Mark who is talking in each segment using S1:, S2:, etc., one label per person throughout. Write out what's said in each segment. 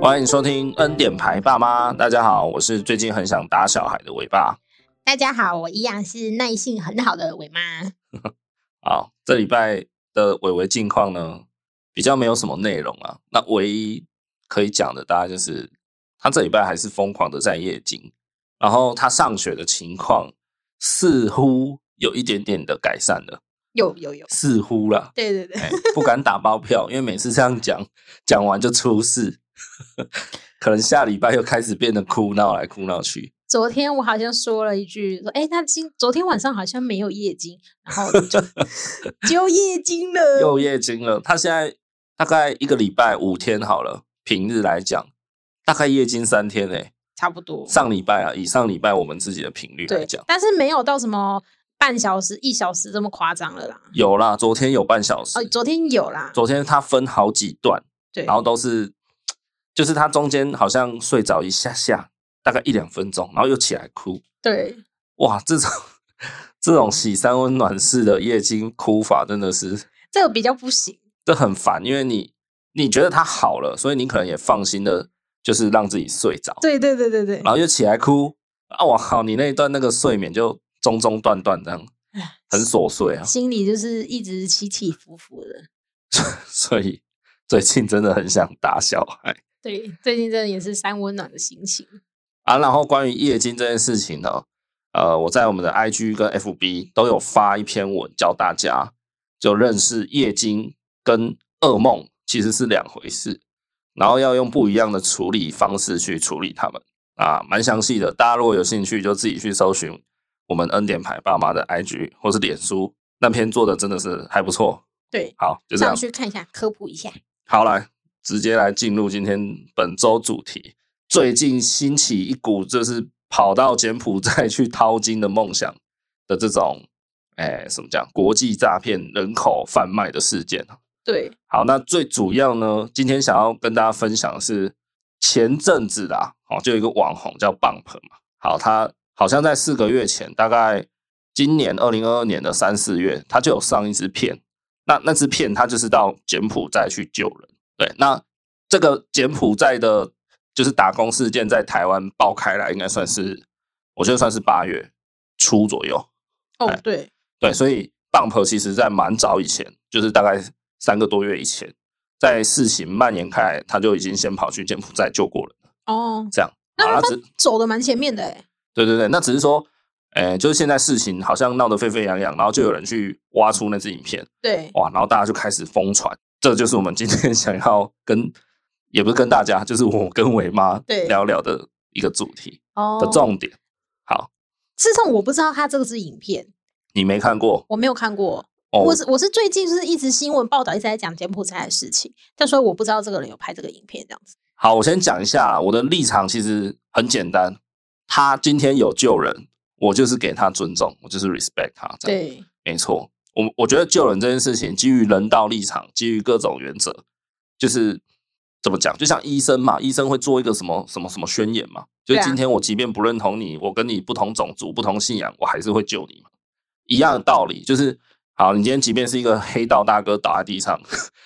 S1: 欢迎收听《恩典牌爸妈》，大家好，我是最近很想打小孩的伟爸。
S2: 大家好，我一样是耐性很好的伟妈。
S1: 好，这礼拜的伟伟近况呢，比较没有什么内容啊。那唯一可以讲的，大家就是他这礼拜还是疯狂的在夜惊，然后他上学的情况似乎有一点点的改善了，
S2: 有有有，
S1: 似乎啦。
S2: 对对对，
S1: 哎，不敢打包票，因为每次这样讲，讲完就出事， 可能下礼拜又开始变得哭闹来哭闹去。
S2: 昨天我好像说了一句，说哎，诶他今昨天晚上好像没有夜惊，然后我 就就夜惊了。
S1: 又夜惊了。他现在大概一个礼拜五天好了，平日来讲，大概夜惊三天诶、
S2: 差不多，
S1: 上礼拜啊，以上礼拜我们自己的频率来
S2: 对
S1: 讲，，
S2: 但是没有到什么半小时、一小时这么夸张了啦。
S1: 有啦，昨天有半小时，
S2: 哦，昨天有啦，
S1: 昨天他分好几段，
S2: 对，
S1: 然后都是，就是他中间好像睡着一下下，大概一两分钟，然后又起来哭，
S2: 对，
S1: 哇，这种这种喜三温暖式的夜惊哭法真的是。
S2: 这个比较不行。
S1: 这很烦，因为你你觉得他好了，所以你可能也放心的，就是让自己睡着，
S2: 对对对对对，
S1: 然后又起来哭啊！我靠，你那一段那个睡眠就中中断断这样，很琐碎啊。
S2: 心里就是一直起起伏伏的。
S1: 所以最近真的很想打小孩
S2: 对，最近真的也是三温暖的心情。
S1: 啊。然后关于夜经这件事情呢，呃，我在我们的 IG 跟 FB 都有发一篇文，教大家就认识夜经跟噩梦其实是两回事，然后要用不一样的处理方式去处理它们啊，蛮详细的。大家如果有兴趣，就自己去搜寻我们恩典牌爸妈的 IG 或是脸书，那篇做的真的是还不错。
S2: 对，
S1: 好，就这样
S2: 上。去看一下，科普一下。
S1: 好，来直接来进入今天本周主题。最近兴起一股就是跑到柬埔寨去淘金的梦想的这种，哎，怎么讲？国际诈骗、人口贩卖的事件。
S2: 对，
S1: 好，那最主要呢，今天想要跟大家分享的是前阵子啦，哦，就有一个网红叫棒鹏嘛，好，他好像在四个月前，大概今年二零二二年的三四月，他就有上一支片，那那支片他就是到柬埔寨去救人，对，那这个柬埔寨的就是打工事件在台湾爆开来，应该算是我觉得算是八月初左右，
S2: 哦
S1: 哎，
S2: 对，
S1: 对，所以 Bump 其实在蛮早以前，就是大概三个多月以前，在事情蔓延开来，他就已经先跑去柬埔寨救过人，
S2: 哦，
S1: 这样。
S2: 那
S1: 啊，
S2: 他
S1: 他只
S2: 走的蛮前面的哎。
S1: 对对对，那只是说，呃，就是现在事情好像闹得沸沸扬扬，然后就有人去挖出那支影片，
S2: 对，
S1: 哇，然后大家就开始疯传。这就是我们今天 想要跟，也不是跟大家，就是我跟伟妈
S2: 对
S1: 聊聊的一个主题
S2: 哦
S1: 的重点。好，
S2: 自从我不知道他这个是影片，
S1: 你没看过
S2: 我没有看过。
S1: 哦？
S2: 我是我是最近就是一直新闻报道一直在讲柬埔寨的事情，但所以我不知道这个人有拍这个影片这样子。
S1: 好，我先讲一下我的立场，其实很简单。他今天有救人，我就是给他尊重，我就是 respect 他。这样，
S2: 对
S1: 没错。我我觉得救人这件事情，基于人道立场，基于各种原则，就是怎么讲，就像医生嘛，医生会做一个什么什么什么宣言嘛，就是
S2: 对啊
S1: 今天我即便不认同你，我跟你不同种族、不同信仰，我还是会救你嘛。一样的道理，就是好，你今天即便是一个黑道大哥倒在地上，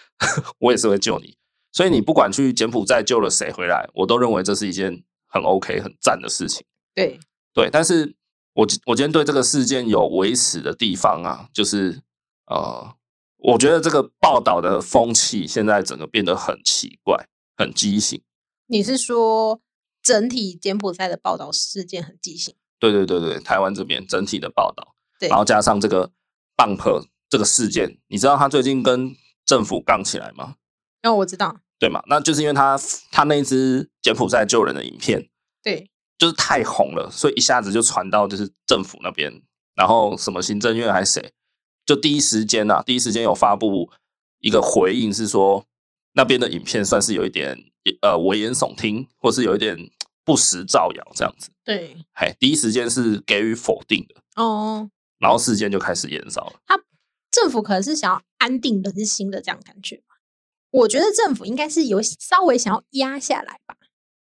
S1: 我也是会救你。所以你不管去柬埔寨救了谁回来，我都认为这是一件很 OK、很赞的事情。
S2: 对
S1: 对，但是我今我今天对这个事件有维持的地方啊，就是呃，我觉得这个报道的风气现在整个变得很奇怪、很畸形。
S2: 你是说整体柬埔寨的报道事件很畸形？
S1: 对对对对，台湾这边整体的报道，
S2: 对
S1: 然后加上这个 Bump 这个事件，你知道他最近跟政府杠起来吗？
S2: 那、哦我知道，
S1: 对嘛？那就是因为他他那一支柬埔寨救人的影片，
S2: 对
S1: 就是太红了，所以一下子就传到就是政府那边，然后什么行政院还是谁，就第一时间啊，第一时间有发布一个回应，是说那边的影片算是有一点呃危言耸听，或是有一点嘖不实造谣这样子。
S2: 对
S1: 嘿，第一时间是给予否定的，
S2: 哦，
S1: 然后事件就开始延烧了。
S2: 政府可能是想要安定人心的这样感觉吧。我觉得政府应该是有稍微想要压下来吧。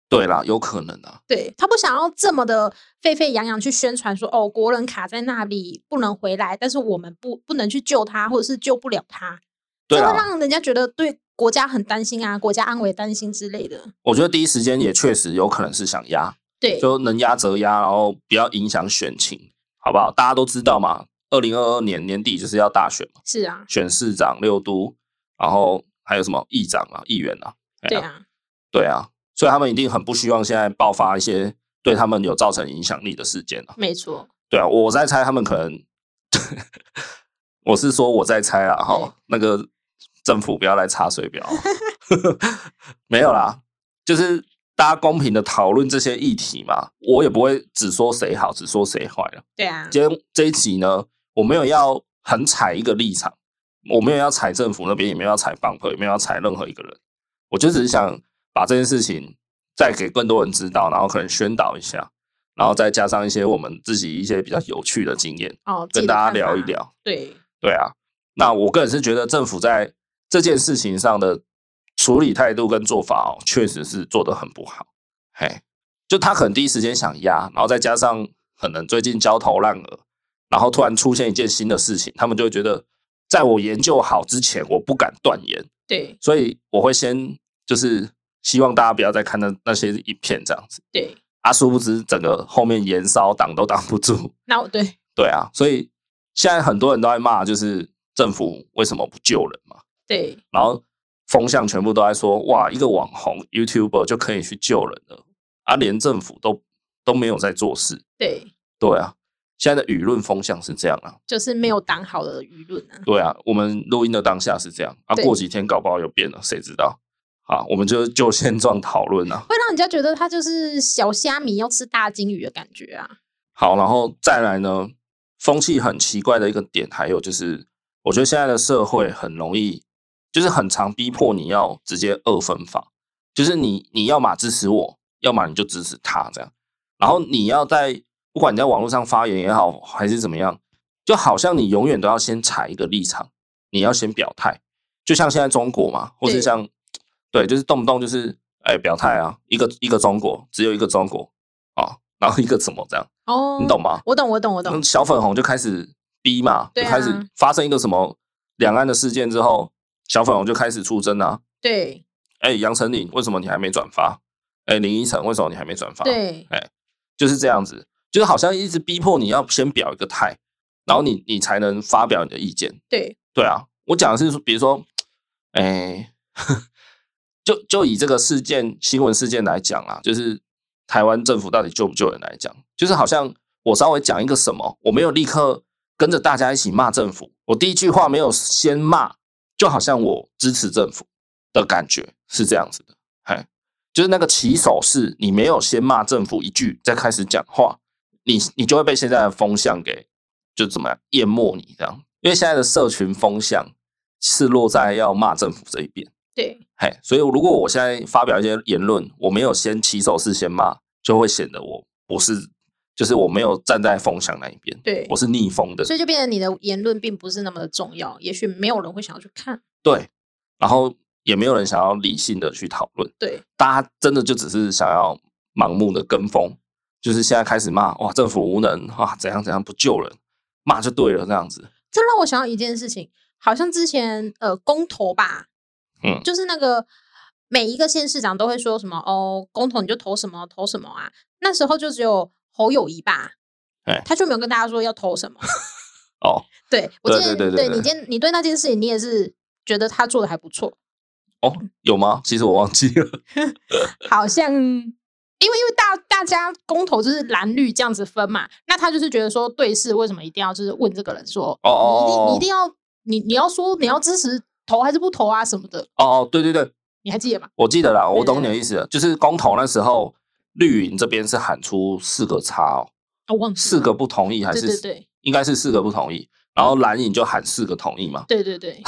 S1: 对啦，有可能啊，
S2: 对他不想要这么的沸沸扬扬去宣传说，哦，国人卡在那里不能回来，但是我们不不能去救他，或者是救不了他，
S1: 对
S2: 这会
S1: 啦，
S2: 让人家觉得对国家很担心啊，国家安危担心之类的。
S1: 我觉得第一时间也确实有可能是想压，
S2: 对，
S1: 就能压则压，然后不要影响选情，好不好？大家都知道嘛，二零二二年年底就是要大选嘛，
S2: 是啊，
S1: 选市长、六都，然后还有什么议长啊、议员啊，
S2: 对啊，
S1: 对啊，所以他们一定很不希望现在爆发一些对他们有造成影响力的事件啊。
S2: 没错，
S1: 对啊，我在猜他们可能，我是说我在猜啊，哈，那个政府不要来查水表，没有啦，就是大家公平的讨论这些议题嘛，我也不会只说谁好，只说谁坏了。
S2: 对啊，
S1: 今天这一集呢，我没有要很踩一个立场，我没有要踩政府那边，也没有要踩帮派，也没有要踩任何一个人，我就只是想把这件事情再给更多人知道，然后可能宣导一下，然后再加上一些我们自己一些比较有趣的经验，
S2: 哦，自
S1: 跟
S2: 己的
S1: 大家
S2: 看
S1: 聊一
S2: 法，
S1: 聊。
S2: 对，
S1: 对啊，那我个人是觉得政府在这件事情上的处理态度跟做法哦，确实是做得很不好。嘿，就他可能第一时间想压，然后再加上可能最近焦头烂额，然后突然出现一件新的事情，他们就会觉得，在我研究好之前，我不敢断言，
S2: 对，
S1: 所以我会先就是希望大家不要再看那那些影片这样子。
S2: 对，
S1: 啊，殊不知整个后面延烧挡都挡不住。
S2: 那我对，
S1: 对啊，所以现在很多人都在骂，就是政府为什么不救人嘛？
S2: 对，
S1: 然后风向全部都在说，哇，一个网红 YouTuber 就可以去救人了，啊，连政府都都没有在做事。
S2: 对，
S1: 对啊，现在的舆论风向是这样啊。
S2: 就是没有挡好的舆论啊，
S1: 对啊，我们录音的当下是这样啊，
S2: 对
S1: 过几天搞不好又变了，谁知道？啊，我们就就现状讨论啊。
S2: 会让人家觉得他就是小虾米要吃大金鱼的感觉啊，
S1: 好，然后再来呢，风气很奇怪的一个点，还有就是，我觉得现在的社会很容易，就是很常逼迫你要直接二分法，就是你你要么支持我，要么你就支持他这样，然后你要在不管你在网络上发言也好，还是怎么样，就好像你永远都要先踩一个立场，你要先表态，就像现在中国嘛，或是
S2: 对
S1: 像对，就是动不动就是哎表态啊，一个一个中国，只有一个中国啊，然后一个怎么这样。
S2: 哦，
S1: 你懂嗯吗？
S2: 我懂，我懂，我
S1: 那
S2: 懂，
S1: 小粉红就开始逼嘛，
S2: 对
S1: 就
S2: 啊
S1: 开始发生一个什么两岸的事件之后，小粉红就开始出征啊。
S2: 对，
S1: 哎、杨丞琳，为什么你还没转发？哎、林依晨，为什么你还没转发？，
S2: 对，
S1: 就是这样子，就是好像一直逼迫你要先表一个态，然后你你才能发表你的意见。
S2: 对，
S1: 对啊，我讲的是说，比如说，哎、 就就以这个事件新闻事件来讲啊，就是台湾政府到底救不救人来讲，就是好像我稍微讲一个什么，我没有立刻跟着大家一起骂政府，我第一句话没有先骂，就好像我支持政府的感觉是这样子的，嘿，就是那个起手式，你没有先骂政府一句，再开始讲话，你你就会被现在的风向给就怎么样淹没你这样，因为现在的社群风向是落在要骂政府这一边，
S2: 对，
S1: 嘿，所以如果我现在发表一些言论，我没有先起手是先骂，就会显得我不是，就是我没有站在风向那一边，
S2: 对
S1: 我是逆风的，
S2: 所以就变成你的言论并不是那么的重要，也许没有人会想要去看，
S1: 对，然后也没有人想要理性的去讨论，
S2: 对，
S1: 大家真的就只是想要盲目的跟风，就是现在开始骂哇，政府无能哇，怎样怎样不救人，骂就对了这样子，
S2: 这让我想到一件事情，好像之前呃公投吧，
S1: 嗯
S2: 就是那个每一个县市长都会说什么哦，公投你就投什么投什么啊，那时候就只有侯友谊吧
S1: 哎，
S2: 他就没有跟大家说要投什么。
S1: 哦，
S2: 对我
S1: 对
S2: 记得，
S1: 对对对
S2: 你
S1: 对
S2: 今天你对那件事情你也是觉得他做的还不错，
S1: 哦，有吗？其实我忘记了。
S2: 好像因为因为大大家公投就是蓝绿这样子分嘛，那他就是觉得说对视为什么一定要就是问这个人说，
S1: 哦哦哦
S2: 你一定你一定要你你要说你要支持投还是不投啊什么的，
S1: 哦哦，对对对，
S2: 你还记得吗？
S1: 我记得啦，
S2: 对
S1: 我懂你的意思了。就是公投那时候，绿营这边是喊出四个叉哦，
S2: 哦，忘记
S1: 四
S2: 了
S1: 个不同意还
S2: 对
S1: 是
S2: 对对
S1: 应该是四个不同意，然后蓝营就喊四个同意嘛。
S2: 对对对，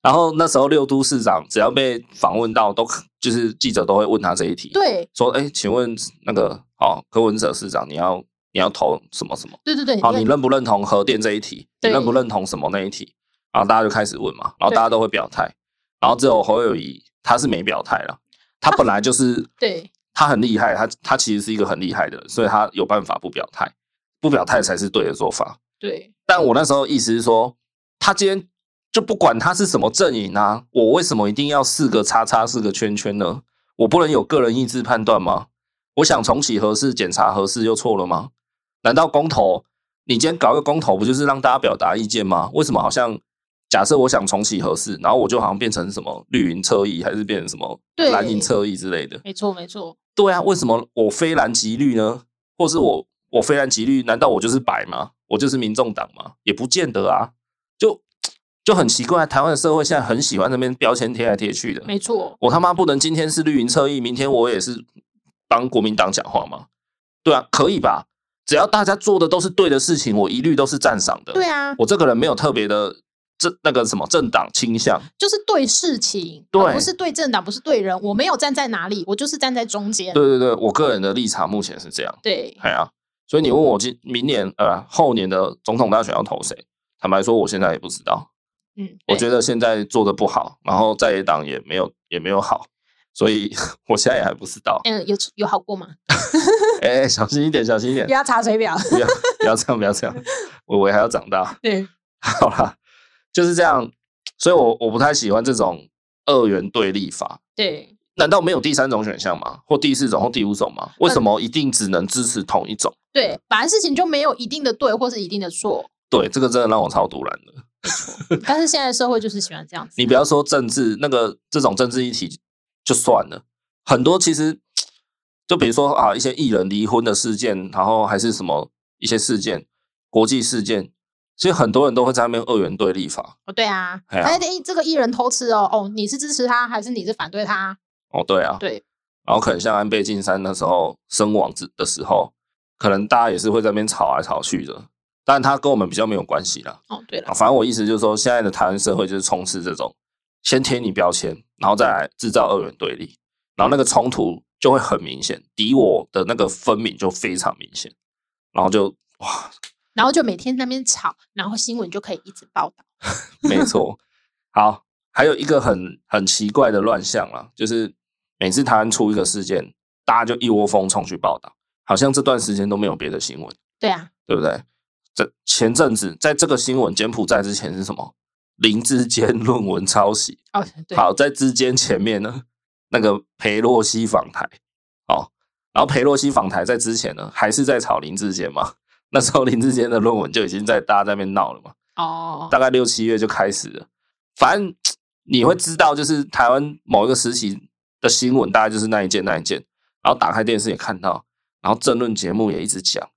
S1: 然后那时候六都市长只要被访问到，都就是记者都会问他这一题，
S2: 对
S1: 说：“哎，请问那个哦，柯文哲市长，你要你要投什么什么？
S2: 对对对，
S1: 好，你
S2: 因为
S1: 认不认同核电这一题？你
S2: 对
S1: 认不认同什么那一题？然后大家就开始问嘛，然后大家都会表态，然后只有侯友谊他是没表态了，他本来就是
S2: 啊对
S1: 他很厉害，他他其实是一个很厉害的人，所以他有办法不表态，不表态才是对的做法。
S2: 对
S1: 但我那时候意思是说，他今天就不管他是什么阵营啊，我为什么一定要四个叉叉四个圈圈呢？我不能有个人意志判断吗？我想重启合适，检查合适又错了吗？难道公投你今天搞个公投，不就是让大家表达意见吗？为什么好像假设我想重启合适，然后我就好像变成什么绿营侧翼，还是变成什么
S2: 对
S1: 蓝营侧翼之类的？
S2: 没错没错，
S1: 对啊，为什么我非蓝即绿呢？或
S2: 嗯
S1: 是我我非蓝即绿，难道我就是白吗？我就是民众党吗？也不见得啊，就就很奇怪。台湾的社会现在很喜欢那边标签贴来贴去的。
S2: 没错，
S1: 我他妈不能今天是绿营侧翼，明天我也是帮国民党讲话吗？对啊，可以吧？只要大家做的都是对的事情，我一律都是赞赏的。
S2: 对啊，
S1: 我这个人没有特别的政那个什么政党倾向。
S2: 就是对事情，
S1: 对
S2: 而不是对政党，不是对人，我没有站在哪里，我就是站在中间，
S1: 对对对，我个人的立场目前是这样。
S2: 对，
S1: 哎呀，所以你问我今明年呃后年的总统大选要投谁？坦白说，我现在也不知道。
S2: 嗯，
S1: 我
S2: 对
S1: 觉得现在做的不好，然后在野党也没有也没有好，所以 我现在也还不知道。
S2: 嗯，有有好过吗？
S1: 哎、小心一点，小心一点，
S2: 要查水表，
S1: 不要不要这样，不要这 样，我我还要长大。
S2: 对，
S1: 好啦，就是这样，所以我我不太喜欢这种二元对立法。
S2: 对，
S1: 难道没有第三种选项吗？或第四种或第五种吗？
S2: 嗯
S1: 为什么一定只能支持同一种？
S2: 对，反正事情就没有一定的对或是一定 的错，
S1: 对，这个真的让我超突然的。
S2: 但是现在社会就是喜欢这样子，
S1: 你不要说政治那个这种政治议题就算了，很多其实就比如说啊一些艺人离婚的事件，然后还是什么一些事件，国际事件，其实很多人都会在那边二元对立法。
S2: 哦，对啊，
S1: 哎呀
S2: 哎，诶这个艺人偷吃哦，哦，你是支持他还是你是反对他？
S1: 哦，对啊，
S2: 对，
S1: 然后可能像安倍晋三那时候身亡之的时候，可能大家也是会在那边吵来吵去的，但他跟我们比较没有关系啦。
S2: 哦，对
S1: 啊
S2: 了，
S1: 反正我意思就是说，现在的台湾社会就是充斥这种先贴你标签，然后再来制造二元对立，然后那个冲突就会很明显，敌我的那个分明就非常明显，然后就哇，
S2: 然后就每天在那边吵，然后新闻就可以一直报道。
S1: 没错，好，还有一个很很奇怪的乱象啦，就是每次台湾出一个事件，大家就一窝蜂冲去报道，好像这段时间都没有别的新闻，
S2: 对啊，
S1: 对不对？这前阵子在这个新闻柬埔寨之前是什么？林志坚论文抄袭。
S2: 哦，对，
S1: 好，在之间前面呢，那个裴洛西访台，哦，然后裴洛西访台在之前呢，还是在炒林志坚嘛。那时候林志坚的论文就已经在大家在那边闹了嘛，
S2: 哦，
S1: 大概六七月就开始了。反正你会知道，就是台湾某一个时期的新闻，大概就是那一件那一件，然后打开电视也看到，然后政论节目也一直讲，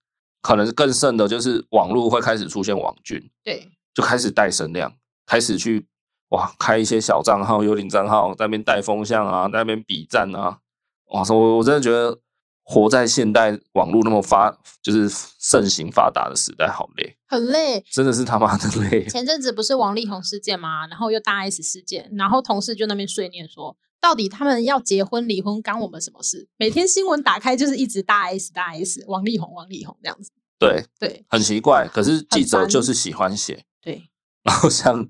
S1: 可能更甚的就是网络会开始出现网军，
S2: 对，
S1: 就开始带声量，开始去哇开一些小账号、幽灵账号，在那边带风向啊，在那边比战啊，哇！我我真的觉得活在现代网络那么发就是盛行发达的时代，好累，
S2: 很累。
S1: 真的是他妈的累。
S2: 前阵子不是王力宏事件嘛，然后又大 S 事件，然后同事就那边碎念说，到底他们要结婚离婚干我们什么事？每天新闻打开就是一直大 S 大 S，王力宏王力宏这样子。
S1: 对，
S2: 对
S1: 很奇怪，可是记
S2: 很
S1: 者
S2: 烦
S1: 就是喜欢写，
S2: 对，
S1: 然后像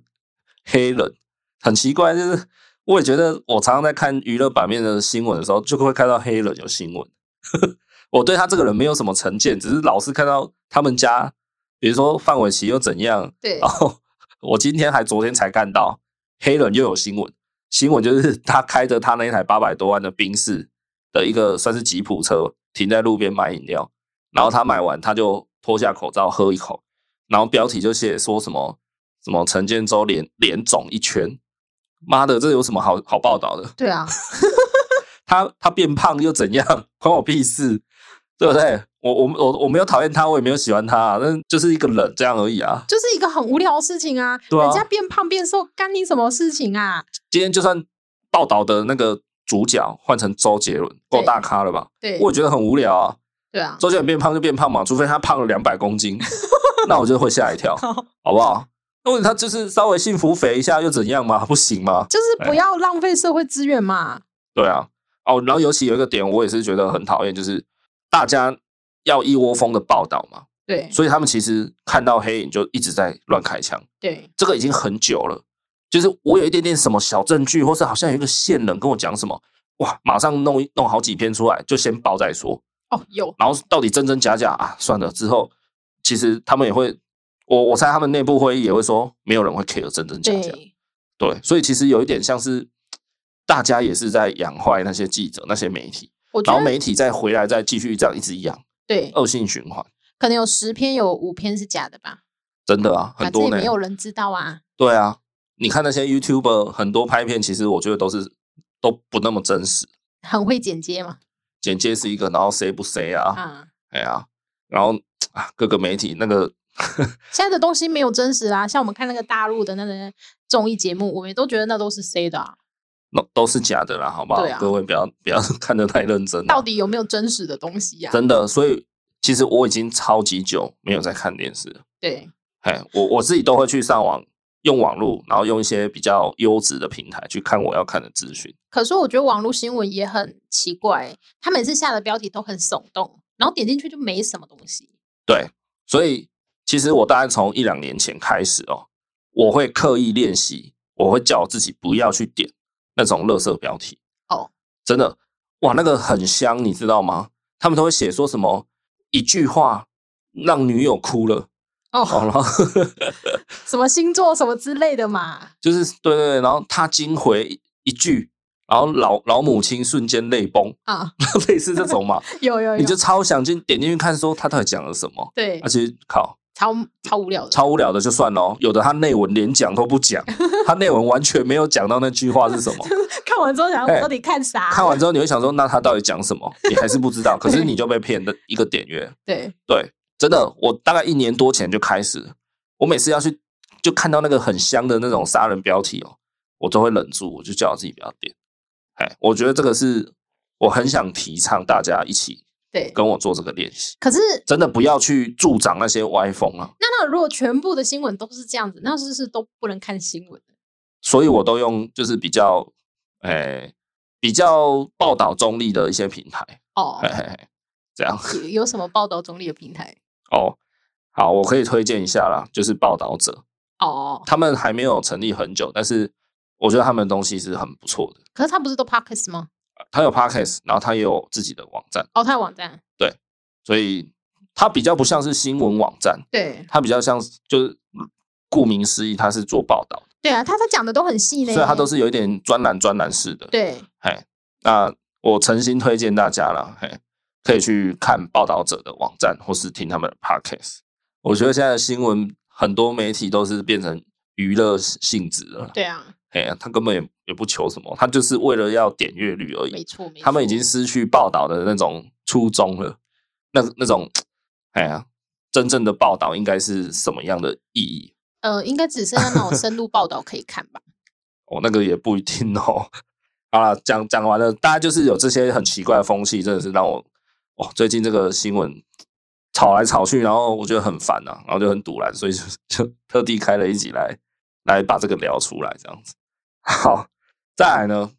S1: 黑人， 很奇怪，就是我也觉得我常常在看娱乐版面的新闻的时候，就会看到黑人有新闻。 我对他这个人没有什么成见，只是老是看到他们家，比如说范玮琪又怎样，
S2: 对
S1: 然后我今天还昨天才看到黑人又有新闻，新闻就是他开着他那一台八百多万的宾士的一个算是吉普车，停在路边买饮料，然后他买完他就脱下口罩喝一口，然后标题就写说什么什么陈建州脸脸肿一圈，妈的，这有什么好好报道的？
S2: 对啊，
S1: 他他变胖又怎样，关我屁事，对不对？我我我我没有讨厌他，我也没有喜欢他、啊，那就是一个人这样而已啊。
S2: 就是一个很无聊的事情啊。
S1: 对啊
S2: 人家变胖变瘦干你什么事情啊？
S1: 今天就算报道的那个主角换成周杰伦，够
S2: 对
S1: 大咖了吧？
S2: 对，
S1: 我也觉得很无聊啊。
S2: 对啊，
S1: 周杰伦变胖就变胖嘛，除非他胖了两百公斤，那我就会吓一跳，好不好？那问题他就是稍微幸福肥一下又怎样嘛？不行吗？
S2: 就是不要浪费社会资源嘛。
S1: 对啊，哦，然后尤其有一个点，我也是觉得很讨厌，就是大家要一窝蜂的报道嘛，
S2: 对
S1: 所以他们其实看到黑影就一直在乱开枪，
S2: 对
S1: 这个已经很久了。就是我有一点点什么小证据，或是好像有一个线人跟我讲什么，哇，马上弄一弄好几篇出来，就先报再说。
S2: 哦，有
S1: 然后到底真真假假啊？算了，之后其实他们也会我我猜他们内部会议也会说，没有人会 care 真真假假。
S2: 对，
S1: 对，所以其实有一点像是大家也是在养坏那些记者、那些媒体，
S2: 我觉
S1: 然后
S2: 得
S1: 媒体再回来再继续这样一直养，
S2: 对，
S1: 恶性循环，
S2: 可能有十篇有五篇是假的吧，
S1: 真的啊，很
S2: 反正
S1: 多
S2: 也
S1: 呢
S2: 没。有人知道啊。
S1: 对啊，你看那些 YouTuber 很多拍片，其实我觉得都是都不那么真实，
S2: 很会剪接嘛，
S1: 剪接是一个，然后谁不谁啊，
S2: 啊，
S1: 哎呀，然后啊各个媒体那个
S2: 现在的东西没有真实啦、像我们看那个大陆的那个综艺节目，我们也都觉得那都是 C 的、啊，
S1: 那都是假的啦，好不好？
S2: 对啊
S1: 各位不要不要 看得太认真了，啊
S2: 到底有没有真实的东西啊呀、
S1: 真的，所以其实我已经超级久没有在看电视了。
S2: 对，
S1: 哎，我我自己都会去上网用网络，然后用一些比较优质的平台去看我要看的资讯。
S2: 可是我觉得网络新闻也很奇怪、欸他每次下的标题都很耸动，然后点进去就没什么东西。
S1: 所以其实我大概从一两年前开始哦，我会刻意练习，我会叫我自己不要去点那种垃圾标题。
S2: 哦，
S1: 真的，哇，那个很香，你知道吗？他们都会写说什么一句话让女友哭了，哦，然
S2: 哦，
S1: 后
S2: 什么星座什么之类的嘛，
S1: 就是对对对，然后他惊回一句，然后老老母亲瞬间泪崩，
S2: 啊，
S1: 类似这种嘛。
S2: 有有有，
S1: 你就超想进点进去看，说他到底讲了什么。
S2: 对
S1: 而，且靠，
S2: 超超无聊的，
S1: 超无聊的就算了哦，有的他内文连讲都不讲，他内文完全没有讲到那句话是什么。
S2: 看完之后想
S1: 哎
S2: 我到底看啥？
S1: 看完之后你会想说，那他到底讲什么？你还是不知道，可是你就被骗的一个点阅。
S2: 对，
S1: 对，真的，我大概一年多前就开始，我每次要去就看到那个很香的那种杀人标题哦，我都会忍住，我就叫我自己不要点。哎，我觉得这个是我很想提倡大家一起
S2: 对，
S1: 跟我做这个练习。
S2: 可是
S1: 真的不要去助长那些歪风啊。
S2: 那那如果全部的新闻都是这样子，那是不是都不能看新闻？
S1: 所以我都用就是比较，诶、比较报道中立的一些平台，
S2: 哦
S1: 嘿，嘿嘿，这样
S2: 有有什么报道中立的平台？
S1: 哦。好，我可以推荐一下啦，就是报道者，
S2: 哦，
S1: 他们还没有成立很久，但是我觉得他们的东西是很不错的。
S2: 可是他不是都 podcast 吗？
S1: 他有 podcast，然后他也有自己的网站，
S2: 哦，他的网站，
S1: 所以它比较不像是新闻网站，
S2: 对
S1: 它比较像是就是顾名思义，它是做报道，
S2: 对啊，他他讲的都很细呢，
S1: 所以它都
S2: 是
S1: 是有一点专栏专栏式的。
S2: 对
S1: 嘿，那我诚心推荐大家啦，嘿，可以去看报道者的网站，或是听他们的 podcast。我觉得现在的新闻很多媒体都是变成娱乐性质的啦，
S2: 对啊，
S1: 嘿，他根本也也不求什么，他就是为了要点阅率而
S2: 没
S1: 已。
S2: 错没错，
S1: 他们已经失去报道的那种初衷了，那那种，哎呀，真正的报道应该是什么样的意义？
S2: 呃，应该只剩下那种深度报道可以看吧？
S1: 哦，那个也不一定哦。 好了，讲讲完了，大家就是有这些很奇怪的风气，真的是让我哦，最近这个新闻吵来吵去，然后我觉得很烦呐、然后就很堵然，所以就 就特地开了一集来来把这个聊出来，这样子。 好，再来呢，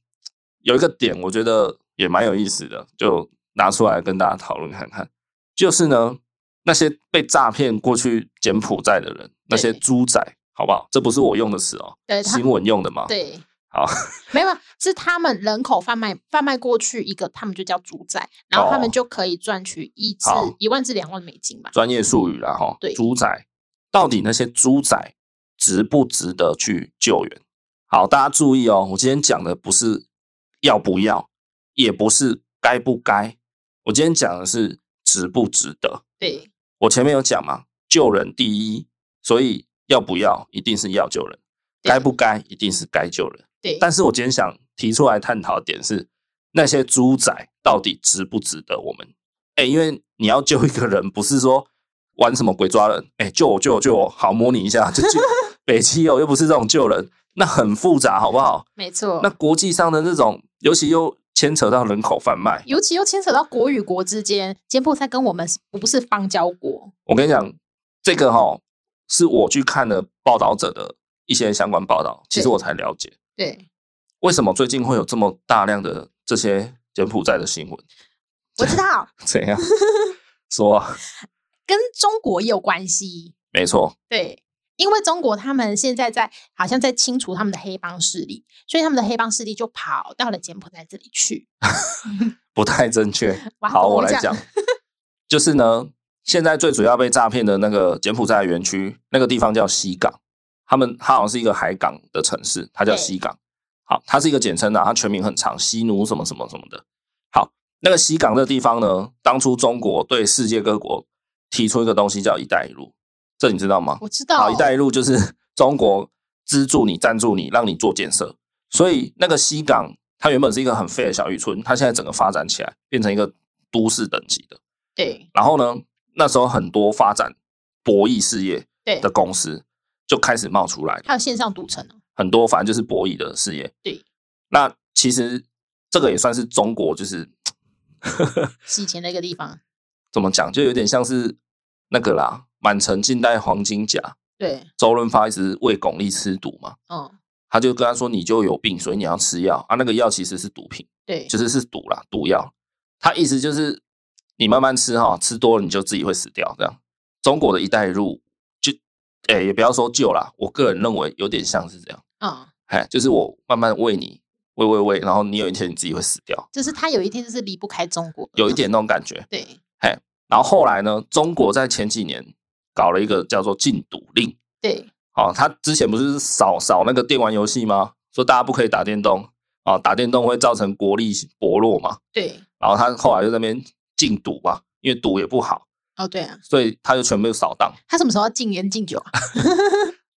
S1: 有一个点我觉得也蛮有意思的，就拿出来跟大家讨论看看，就是呢，那些被诈骗过去柬埔寨的人，那些
S2: 对
S1: 猪仔，好不好？这不是我用的词哦，
S2: 对他
S1: 新闻用的嘛。
S2: 对。
S1: 好，
S2: 没有，是他们人口贩卖贩卖过去一个，他们就叫猪仔，然后他
S1: 哦
S2: 们就可以赚取一至
S1: 好
S2: 一万至两万美金吧。
S1: 专业术语啦，哈，
S2: 对
S1: 猪仔到底那些猪仔值不值得去救援？好，大家注意哦，我今天讲的不是要不要，也不是该不该，我今天讲的是值不值得。
S2: 对
S1: 我前面有讲嘛，救人第一，所以要不要一定是要救人，
S2: 对
S1: 该不该一定是该救人。
S2: 对，
S1: 但是我今天想提出来探讨的点是，那些猪仔到底值不值得我们？哎、因为你要救一个人，不是说玩什么鬼抓人，哎、救我救我救我，好摸你一下就救。北七哦，又不是这种救人，那很复杂，好不好？
S2: 没错。
S1: 那国际上的这种，尤其又牵扯到人口贩卖，
S2: 尤其又牵扯到国与国之间，柬埔寨跟我们是不是邦交国？
S1: 我跟你讲，这个哈、是我去看了报道者的一些相关报道，其实
S2: 对
S1: 我才了解
S2: 对，
S1: 为什么最近会有这么大量的这些柬埔寨的新闻。
S2: 我知道，
S1: 怎样 说啊？
S2: 跟中国也有关系。
S1: 没错，
S2: 对，因为中国他们现在在好像在清除他们的黑帮势力，所以他们的黑帮势力就跑到了柬埔寨这里去。
S1: 不太正确。
S2: 哇
S1: 好，
S2: 我
S1: 我
S2: 们
S1: 来
S2: 这
S1: 讲
S2: 样，
S1: 就是呢，现在最主要被诈骗的那个柬埔寨园区，那个地方叫西港，他们它好像是一个海港的城市，它叫
S2: 对
S1: 西港。好，它是一个简称啊，它全名很长，西奴什么什么什么的。好，那个西港这个地方呢，当初中国对世界各国提出一个东西叫“一带一路”，这你知道吗？
S2: 我知
S1: 好，“
S2: 道
S1: 一带一路”就是中国资助你、赞助你，让你做建设。所以那个西港，它原本是一个很废的小渔村，它现在整个发展起来，变成一个都市等级的。
S2: 对
S1: 然后呢，那时候很多发展博弈事业
S2: 对
S1: 的，公司就开始冒出来了，
S2: 还有线上赌城啊，
S1: 很多反正就是博弈的事业。
S2: 对，
S1: 那其实这个也算是中国，就是
S2: 是以前的一个地方。
S1: 怎么讲，就有点像是那个啦，满城尽带黄金甲，
S2: 对，
S1: 周润发一直喂巩俐吃毒嘛。
S2: 嗯，
S1: 他就跟他说：“你就有病，所以你要吃药啊。那个药其实是毒品，
S2: 对
S1: 其实是毒啦，毒药。他意思就是你慢慢吃哈，吃多了你就自己会死掉。这样，中国的一带一路就，哎、也不要说旧啦，我个人认为有点像是这样，
S2: 嗯，
S1: 哎，就是我慢慢喂你，喂喂喂，然后你有一天你自己会死掉，
S2: 就是他有一天就是离不开中国，
S1: 有一点那种感觉。
S2: 对
S1: 然后后来呢，中国在前几年搞了一个叫做禁赌令，
S2: 对
S1: 哦，他之前不是扫扫那个电玩游戏吗？说大家不可以打电动啊、哦打电动会造成国力薄弱嘛。
S2: 对，
S1: 然后他后来就在那边禁赌嘛，因为赌也不好，
S2: 哦对啊，
S1: 所以他就全部扫荡。
S2: 他什么时候要禁烟禁酒啊？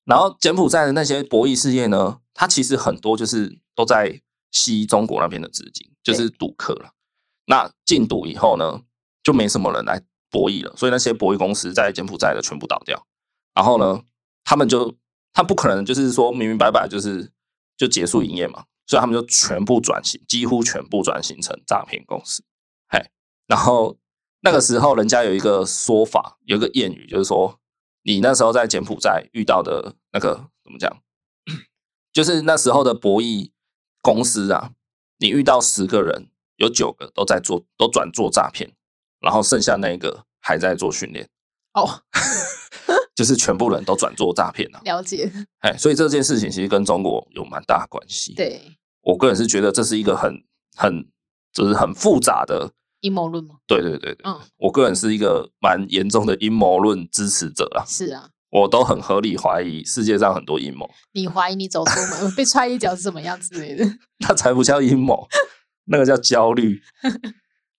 S1: 然后柬埔寨的那些博弈事业呢，它其实很多就是都在吸中国那边的资金，就是赌客了。那禁赌以后呢，就没什么人来博弈了，所以那些博弈公司在柬埔寨的全部倒掉。然后呢，他们就他不可能就是说明明白白就是就结束营业嘛，所以他们就全部转型，几乎全部转型成诈骗公司。嘿，然后那个时候人家有一个说法，有一个谚语，就是说你那时候在柬埔寨遇到的那个怎么讲， 就是那时候的博弈公司啊，你遇到十个人，有九个都在做，都转做诈骗，然后剩下那一个还在做训练，
S2: 哦，
S1: 就是全部人都转做诈骗了、啊。
S2: 了解，
S1: 哎，所以这件事情其实跟中国有蛮大的关系。，
S2: 对，
S1: 我个人是觉得这是一个很很就是很复杂的，
S2: 阴谋论嘛，
S1: 对对对对，
S2: 嗯，
S1: 我个人是一个蛮严重的阴谋论支持者啊，
S2: 是啊，
S1: 我都很合理怀疑世界上很多阴谋，
S2: 你怀疑你走出门被踹一脚是怎么样之类的，
S1: 那才不叫阴谋， 那个叫焦虑。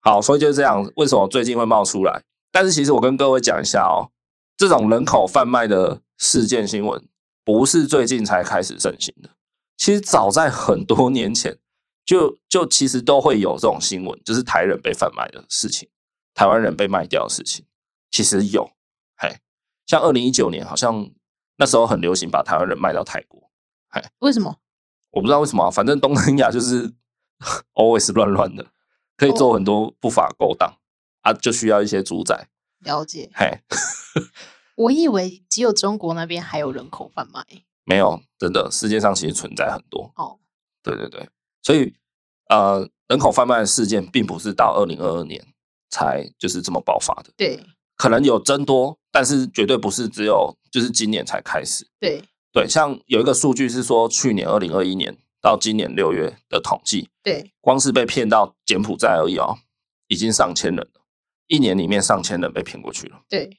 S1: 好，所以就是这样。为什么最近会冒出来？但是其实我跟各位讲一下哦，这种人口贩卖的事件新闻不是最近才开始盛行的，其实早在很多年前就就其实都会有这种新闻，就是台人被贩卖的事情，台湾人被卖掉的事情，其实有。嘿，像二零一九年好像那时候很流行把台湾人卖到泰国，
S2: 为什么？
S1: 我不知道为什么啊、反正东南亚就是 always 乱乱的，可以做很多不法勾当、啊，就需要一些主宰。
S2: 了解，
S1: 嘿，
S2: 我以为只有中国那边还有人口贩卖，
S1: 没有，真的，世界上其实存在很多。
S2: 哦，
S1: 对对对，所以呃，人口贩卖的事件并不是到二零二二年才就是这么爆发的，
S2: 对
S1: 可能有增多，但是绝对不是只有就是今年才开始。
S2: 对
S1: 对，像有一个数据是说，去年二零二一年到今年六月的统计，
S2: 对，
S1: 光是被骗到柬埔寨而已哦，已经上千人了，一年里面上千人被骗过去了。
S2: 对，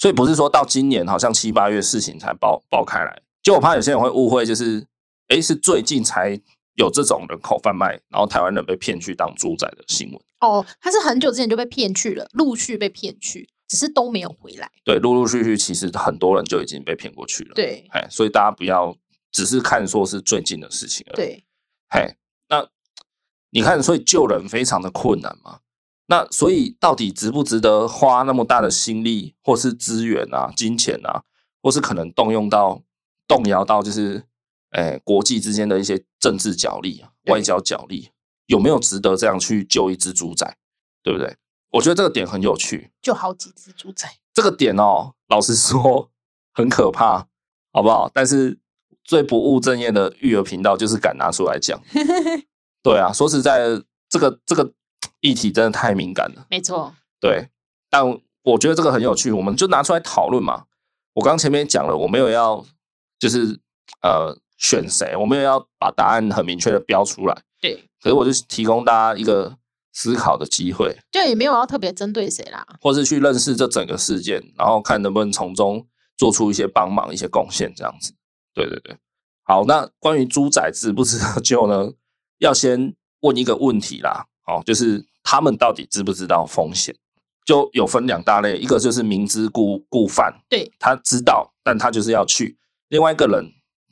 S1: 所以不是说到今年好像七八月事情才爆爆开来，就我怕有些人会误会，就是诶是最近才有这种人口贩卖，然后台湾人被骗去当猪仔的新闻，
S2: 哦，他是很久之前就被骗去了，陆续被骗去，只是都没有回来。
S1: 对，陆陆续续其实很多人就已经被骗过去了。，
S2: 对
S1: 哎，所以大家不要只是看说是最近的事情而已。
S2: 对，
S1: 嘿，那你看，所以救人非常的困难嘛。那所以到底值不值得花那么大的心力，或是资源啊、金钱啊，或是可能动用到、动摇到，就是诶、国际之间的一些政治角力、啊、
S2: 对
S1: 外交角力，有没有值得这样去救一只猪仔，对不对？我觉得这个点很有趣，
S2: 就好几只猪仔。
S1: 这个点哦，老实说很可怕，好不好？但是最不务正业的育儿频道就是敢拿出来讲。对啊，说实在的，这个这个议题真的太敏感了。
S2: 没错，
S1: 对，但我觉得这个很有趣，我们就拿出来讨论嘛。我刚前面讲了，我没有要就是呃选谁，我没有要把答案很明确的标出来，
S2: 对
S1: 可是我就提供大家一个思考的机会，
S2: 就也没有要特别针对谁啦。
S1: 或是去认识这整个事件，然后看能不能从中做出一些帮忙、一些贡献，这样子。对对对，好，那关于猪仔治不知道 救呢，要先问一个问题啦，哦，就是他们到底知不知道风险？就有分两大类，一个就是明知故故犯，
S2: 对
S1: 他知道，但他就是要去；另外一个人，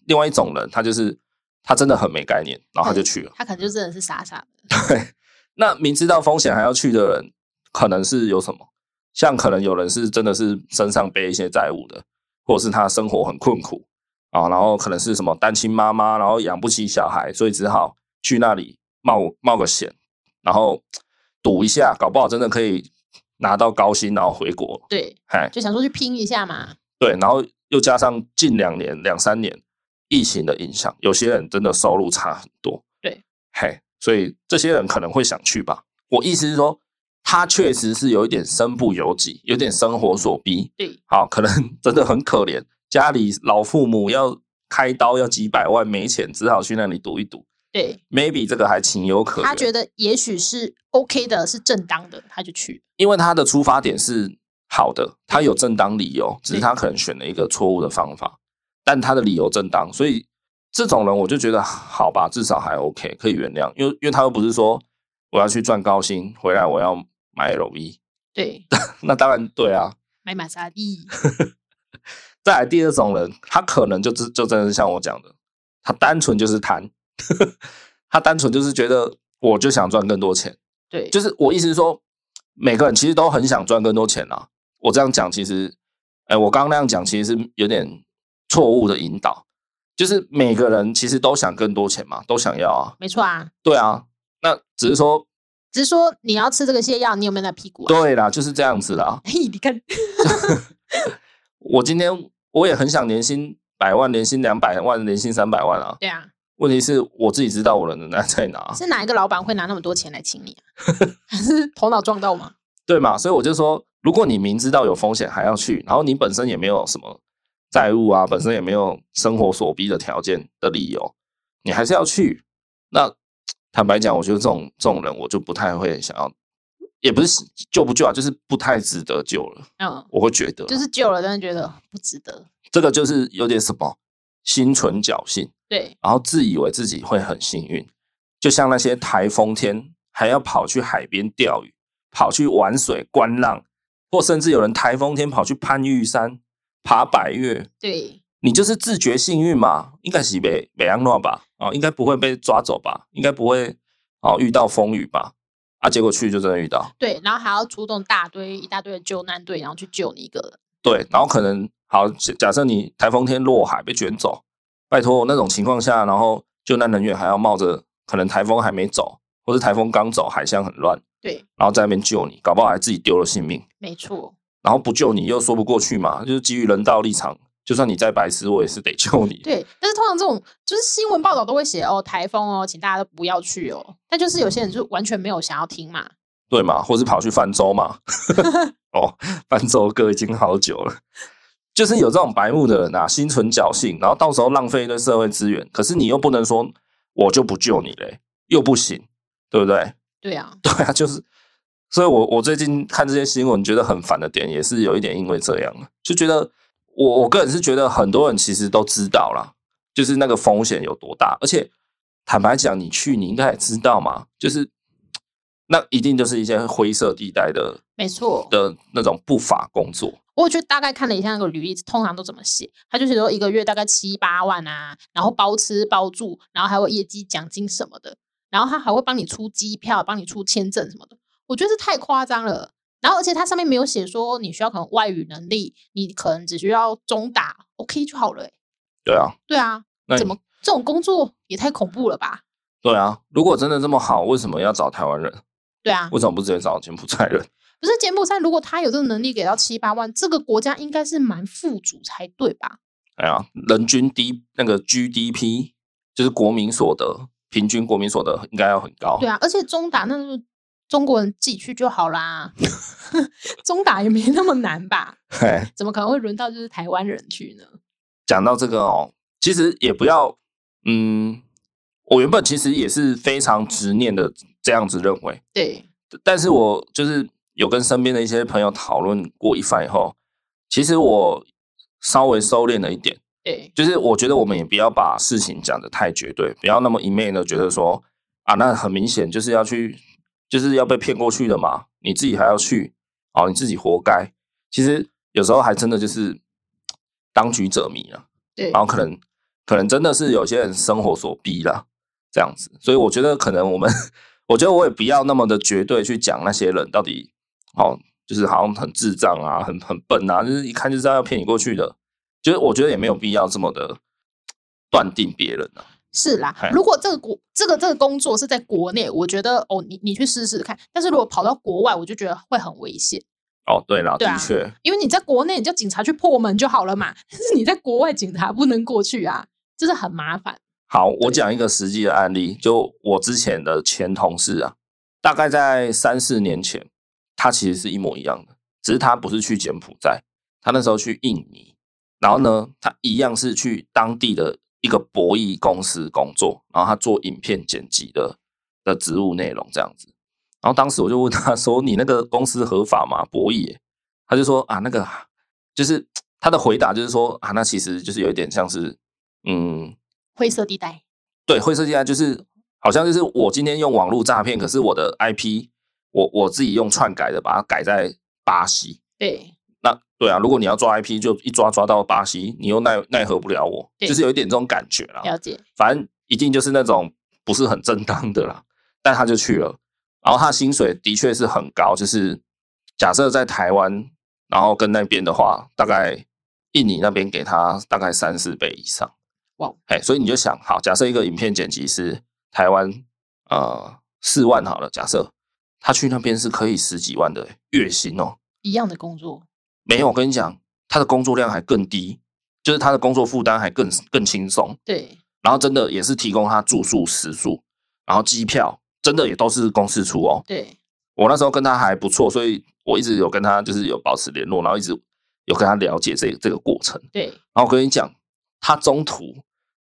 S1: 另外一种人，他就是他真的很没概念，然后他就去了。
S2: 他可能就真的是傻傻的，
S1: 那明知道风险还要去的人，可能是有什么？像可能有人是真的是身上背一些债务的，或者是他生活很困苦啊，然后可能是什么单亲妈妈，然后养不起小孩，所以只好去那里冒冒个险，然后赌一下，搞不好真的可以拿到高薪，然后回国。
S2: 对，
S1: 哎，
S2: 就想说去拼一下嘛。
S1: 对，然后又加上近两年、两三年疫情的影响，有些人真的收入差很多。
S2: 对，
S1: 嘿，所以这些人可能会想去吧。我意思是说，他确实是有一点身不由己，有点生活所逼。
S2: 对，
S1: 好，可能 真的很可怜，家里老父母要开刀要几百万，没钱，只好去那里赌一赌。
S2: 对
S1: Maybe 这个还情有可原，
S2: 他觉得也许是 OK 的，是正当的，他就去。
S1: 因为他的出发点是好的，他有正当理由，只是他可能选了一个错误的方法，但他的理由正当，所以这种人我就觉得好吧，至少还 OK，可以原谅，因为因为他又不是说我要去赚高薪，回来我要买 LV，
S2: 对，
S1: 那当然对啊。
S2: 买玛莎拉蒂，
S1: 再来第二种人，他可能就只就真的是像我讲的，他单纯就是贪， 他单纯就是觉得我就想赚更多钱。
S2: 对，
S1: 就是我意思是说，每个人其实都很想赚更多钱啦。我这样讲，其实，哎、我刚刚那样讲，其实是有点错误的引导。就是每个人其实都想更多钱嘛，都想要啊，
S2: 没错啊。
S1: 对啊。那只是说，
S2: 只是说你要吃这个泻药，你有没有那屁股、啊？
S1: 对啦，就是这样子啦。
S2: 嘿，你看，
S1: 我今天我也很想年薪百万、年薪两百万、年薪三百万啊。
S2: 对啊，
S1: 问题是我自己知道我的能耐在哪，
S2: 是哪一个老板会拿那么多钱来请你啊？ 还是头脑撞到吗？
S1: 对嘛？所以我就说，如果你明知道有风险还要去，然后你本身也没有什么债务啊，本身也没有生活所逼的条件的理由，你还是要去。那坦白讲，我觉得这种这种人，我就不太会想要，也不是救不救啊，就是不太值得救了。
S2: 嗯，
S1: 我会觉得，
S2: 就是救了，但是觉得不值得。
S1: 这个就是有点什么心存侥幸，
S2: 对，
S1: 然后自以为自己会很幸运，就像那些台风天还要跑去海边钓鱼，跑去玩水、观浪，或甚至有人台风天跑去攀玉山、爬百岳，
S2: 对，
S1: 你就是自觉幸运嘛，应该是北北安诺吧，哦，应该不会被抓走吧，应该不会哦遇到风雨吧，啊，结果去就真的遇到，
S2: 对，然后还要出动大堆一大堆的救难队，然后去救你一个人。
S1: 对，然后可能好假假设你台风天落海被卷走，拜托那种情况下，然后救难人员还要冒着可能台风还没走，或是台风刚走，海象很乱，
S2: 对，
S1: 然后在那边救你，搞不好还自己丢了性命，
S2: 没错，
S1: 然后不救你又说不过去嘛，就是基于人道立场，就算你再白痴，我也是得救你。
S2: 对。但是通常这种就是新闻报道都会写哦，台风哦，请大家都不要去哦。但就是有些人就完全没有想要听嘛。
S1: 对嘛，或是跑去泛舟嘛。哦，泛舟哥已经好久了，就是有这种白目的人啊，心存侥幸，然后到时候浪费一堆社会资源，可是你又不能说我就不救你嘞，又不行，对不对？
S2: 对啊，
S1: 对啊，就是，所以我我最近看这些新闻觉得很烦的点，也是有一点因为这样，啊就觉得我我个人是觉得很多人其实都知道啦，就是那个风险有多大，而且坦白讲，你去你应该也知道嘛，就是那一定就是一些灰色地带的
S2: 没错。
S1: 的那种不法工作，
S2: 我就大概看了一下那个履历，通常都怎么写？他就是说一个月大概七八万啊，然后包吃包住，然后还有业绩奖金什么的，然后他还会帮你出机票，帮你出签证什么的。我觉得这太夸张了。然后而且它上面没有写说你需要可能外语能力，你可能只需要中打 OK 就好了欸、
S1: 对啊，
S2: 对啊，
S1: 那你
S2: 怎么这种工作也太恐怖了吧？
S1: 对啊？如果真的这么好，为什么要找台湾人？
S2: 对啊，
S1: 为什么不直接找柬埔寨人？
S2: 不是柬埔寨，如果他有这个能力给到七八万，这个国家应该是蛮富足才对吧？
S1: 哎呀，人均 D 那个 GDP 就是国民所得，平均国民所得应该要很高。
S2: 对啊，而且中打那就中国人自己去就好啦， 中打也没那么难吧？
S1: 嘿，
S2: 怎么可能会轮到就是台湾人去呢？
S1: 讲到这个哦，其实也不要，嗯，我原本其实也是非常执念的这样子认为，
S2: 对
S1: 但是我就是有跟身边的一些朋友讨论过一番以后，其实我稍微收敛了一点，
S2: 对，
S1: 就是我觉得我们也不要把事情讲得太绝对，不要那么一面的觉得说啊，那很明显就是要去，就是要被骗过去的嘛，你自己还要去，哦，你自己活该。其实有时候还真的就是当局者迷啊，
S2: 对
S1: 然后可能可能真的是有些人生活所逼啦，这样子。所以我觉得可能我们， 我觉得我也不要那么的绝对去讲那些人到底哦，就是好像很智障啊，很很笨啊，就是一看就知道要骗你过去的。就是我觉得也没有必要这么的断定别人啊。
S2: 是啦
S1: 嗨。
S2: 如果这个国这个这个工作是在国内，我觉得哦，你你去试试看。但是如果跑到国外，我就觉得会很危险，
S1: 哦，对啦，
S2: 对啊
S1: 的确，
S2: 因为你在国内你叫警察去破门就好了嘛，但是你在国外警察不能过去啊，就是很麻烦。
S1: 好，我讲一个实际的案例，就我之前的前同事啊，大概在三四年前，他其实是一模一样的，只是他不是去柬埔寨，他那时候去印尼，然后呢，他一样是去当地的一个博弈公司工作，然后他做影片剪辑的的职务内容这样子。然后当时我就问他说：“你那个公司合法吗？博弈耶？”他就说：“啊，那个就是他的回答就是说啊，那其实就是有一点像是嗯。”
S2: 灰色地带，
S1: 对，灰色地带就是好像就是我今天用网络诈骗，可是我的 IP 我我自己用篡改的，把它改在巴西。
S2: 对
S1: 那对啊，如果你要抓 IP，就一抓抓到巴西，你又奈奈何不了我，
S2: 对
S1: 就是有一点这种感觉啦。
S2: 了解，
S1: 反正一定就是那种不是很正当的啦。 但他就去了，然后他薪水的确是很高，就是假设在台湾，然后跟那边的话，大概印尼那边给他大概三四倍以上。
S2: 哇哦，
S1: 哎，所以你就想，好，假设一个影片剪辑师，台湾呃四万好了，假设他去那边是可以十几万的月薪哦。
S2: 一样的工作，
S1: 没有，我跟你讲，他的工作量还更低，就是他的工作负担还更更轻松。
S2: 对
S1: 然后真的也是提供他住宿、食宿，然后机票，真的也都是公司出哦。
S2: 对
S1: 我那时候跟他还不错，所以我一直有跟他就是有保持联络，然后一直有跟他了解这这个过程。
S2: 对，
S1: 然后我跟你讲，他中途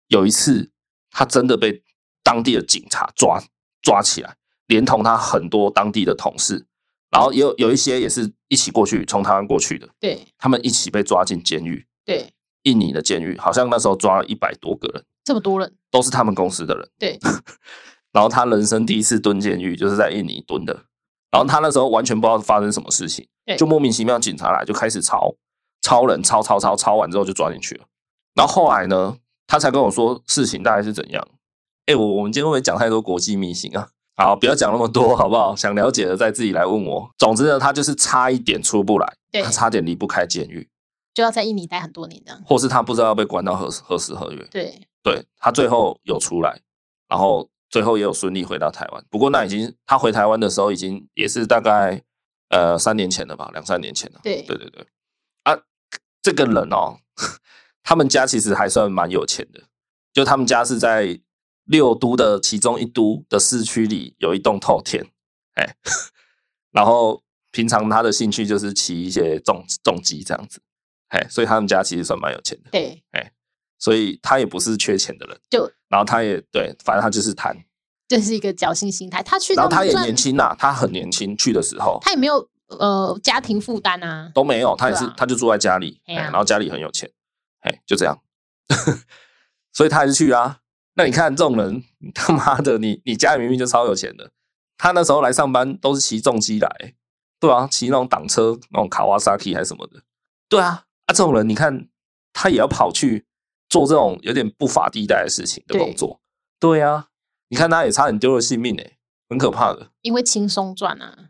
S1: 有一次，他真的被当地的警察抓抓起来，连同他很多当地的同事，然后也有有一些也是一起过去从台湾过去的，
S2: 对
S1: 他们一起被抓进监狱，
S2: 对，
S1: 印尼的监狱，好像那时候抓了一百多个人。
S2: 这么多人，
S1: 都是他们公司的人。
S2: 对
S1: 然后他人生第一次蹲监狱，就是在印尼蹲的。然后他那时候完全不知道发生什么事情
S2: 对，
S1: 就莫名其妙警察来就开始抄抄人，抄抄抄抄完之后就抓进去了。然后后来呢，他才跟我说事情大概是怎样。哎，我我们今天会不会讲太多国际秘辛啊？好，不要讲那么多，好不好？想了解的再自己来问我。总之呢，他就是差一点出不来，
S2: 对
S1: 他差点离不开监狱，
S2: 就要在印尼待很多年这样。
S1: 或是他不知道要被关到何时何时何月。
S2: 对
S1: 对他最后有出来，然后最后也有顺利回到台湾。不过那已经他回台湾的时候，已经也是大概呃三年前了吧，两三年前了。
S2: 对
S1: 对对对，啊，这个人哦， 他们家其实还算蛮有钱的，就他们家是在六都的其中一都的市区里有一栋透天，哎， 然后平常他的兴趣就是骑一些重重机这样子，哎，所以他们家其实算蛮有钱的。
S2: 对，
S1: 所以他也不是缺钱的人，
S2: 就
S1: 然后他也对，反正他就是贪，
S2: 这是一个侥幸心态。他去
S1: 然
S2: 那
S1: 后他
S2: 边
S1: 也
S2: 赚
S1: 年，轻呐、他很年轻去的时候
S2: 他也没有呃家庭负担啊。
S1: 都没有，他也是、
S2: 对啊
S1: 他就住在家里，
S2: 哎
S1: 哎
S2: 呀
S1: 然后家里很有钱，哎，就这样， 所以他还是去啊。那你看这种人，你他妈的，你你家里明明就超有钱的，他那时候来上班都是骑重机来，对啊，骑那种挡车那种卡瓦萨 k 还是什么的，对啊，啊这种人你看他也要跑去做这种有点不法地带的事情的
S2: 对
S1: 工作，对啊，你看他也差点丢了性命哎、很可怕的。
S2: 因为轻松赚啊，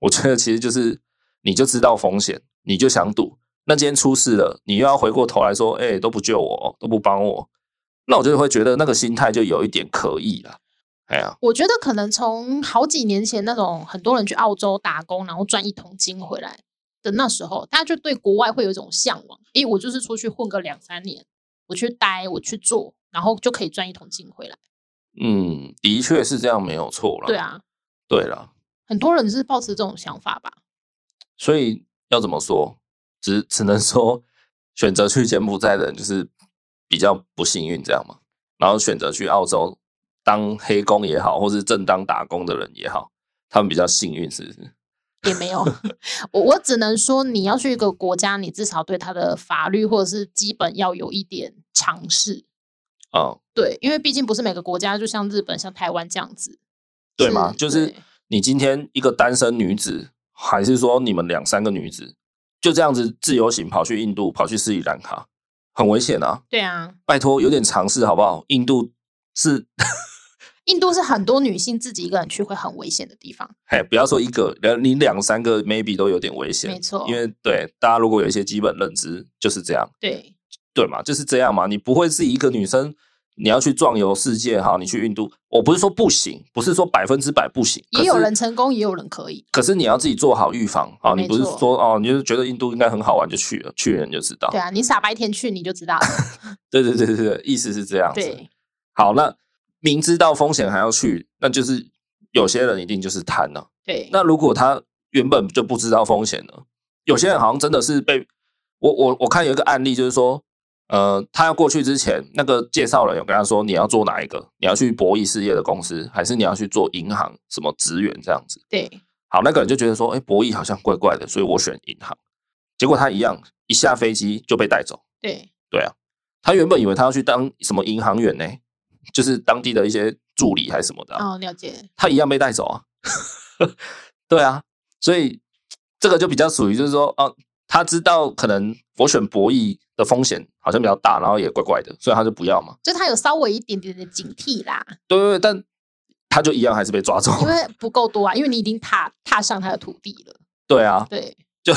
S1: 我觉得其实就是你就知道风险，你就想赌。那今天出事了，你又要回过头来说，哎、都不救我，都不帮我，那我就会觉得那个心态就有一点可疑了。哎呀，
S2: 我觉得可能从好几年前那种很多人去澳洲打工，然后赚一桶金回来的那时候，大家就对国外会有一种向往。诶，我就是出去混个两三年，我去待，我去做，然后就可以赚一桶金回来。
S1: 嗯，的确是这样，没有错了。
S2: 对，啊，
S1: 对了，
S2: 很多人是抱持这种想法吧？
S1: 所以要怎么说，只只能说选择去柬埔寨的人就是比较不幸运这样嘛，然后选择去澳洲当黑工也好，或是正当打工的人也好，他们比较幸运，是不是？
S2: 也没有， 我我只能说，你要去一个国家，你至少对它的法律或者是基本要有一点尝试。
S1: 哦，
S2: 对，因为毕竟不是每个国家，就像日本、像台湾这样子，
S1: 对吗？
S2: 是
S1: 就是
S2: 对
S1: 你今天一个单身女子，还是说你们两三个女子，就这样子自由行跑去印度，跑去斯里兰卡，很危险啊！
S2: 对啊，
S1: 拜托，有点常识好不好？印度是，
S2: 印度是很多女性自己一个人去会很危险的地方。
S1: 哎，不要说一个，两你两三个 maybe 都有点危险，
S2: 没错
S1: 因为对大家如果有一些基本认知，就是这样，
S2: 对，
S1: 对嘛？就是这样嘛，你不会是一个女生。你要去壮游世界，好，你去印度，我不是说不行，不是说百分之百不行，
S2: 也有
S1: 可是
S2: 人成功，也有人可以。
S1: 可是你要自己做好预防啊！
S2: 没
S1: 你不是
S2: 错
S1: 说哦，你就是觉得印度应该很好玩就去了，去了你就知道
S2: 对。啊，你傻白甜去你就知道了。
S1: 对对对对对，意思是这样子。
S2: 对，
S1: 好，那明知道风险还要去，那就是有些人一定就是贪了、
S2: 对，
S1: 那如果他原本就不知道风险呢？有些人好像真的是被我我我看有一个案例，就是说，呃，他要过去之前，那个介绍人有跟他说，你要做哪一个？你要去博弈事业的公司，还是你要去做银行什么职员这样子？
S2: 对，
S1: 好，那个人就觉得说，哎、博弈好像怪怪的，所以我选银行。结果他一样一下飞机就被带走。
S2: 对，
S1: 对啊，他原本以为他要去当什么银行员呢，就是当地的一些助理还是什么的啊、
S2: 哦，了解。
S1: 他一样被带走啊。 对啊，所以这个就比较属于就是说，啊，他知道可能我选博弈的风险好像比较大，然后也怪怪的，所以他就不要嘛。
S2: 就他有稍微一点点的警惕啦，
S1: 对对对，但他就一样还是被抓走。
S2: 因为不够多啊，因为你已经踏踏上他的土地了。
S1: 对啊，
S2: 对，
S1: 就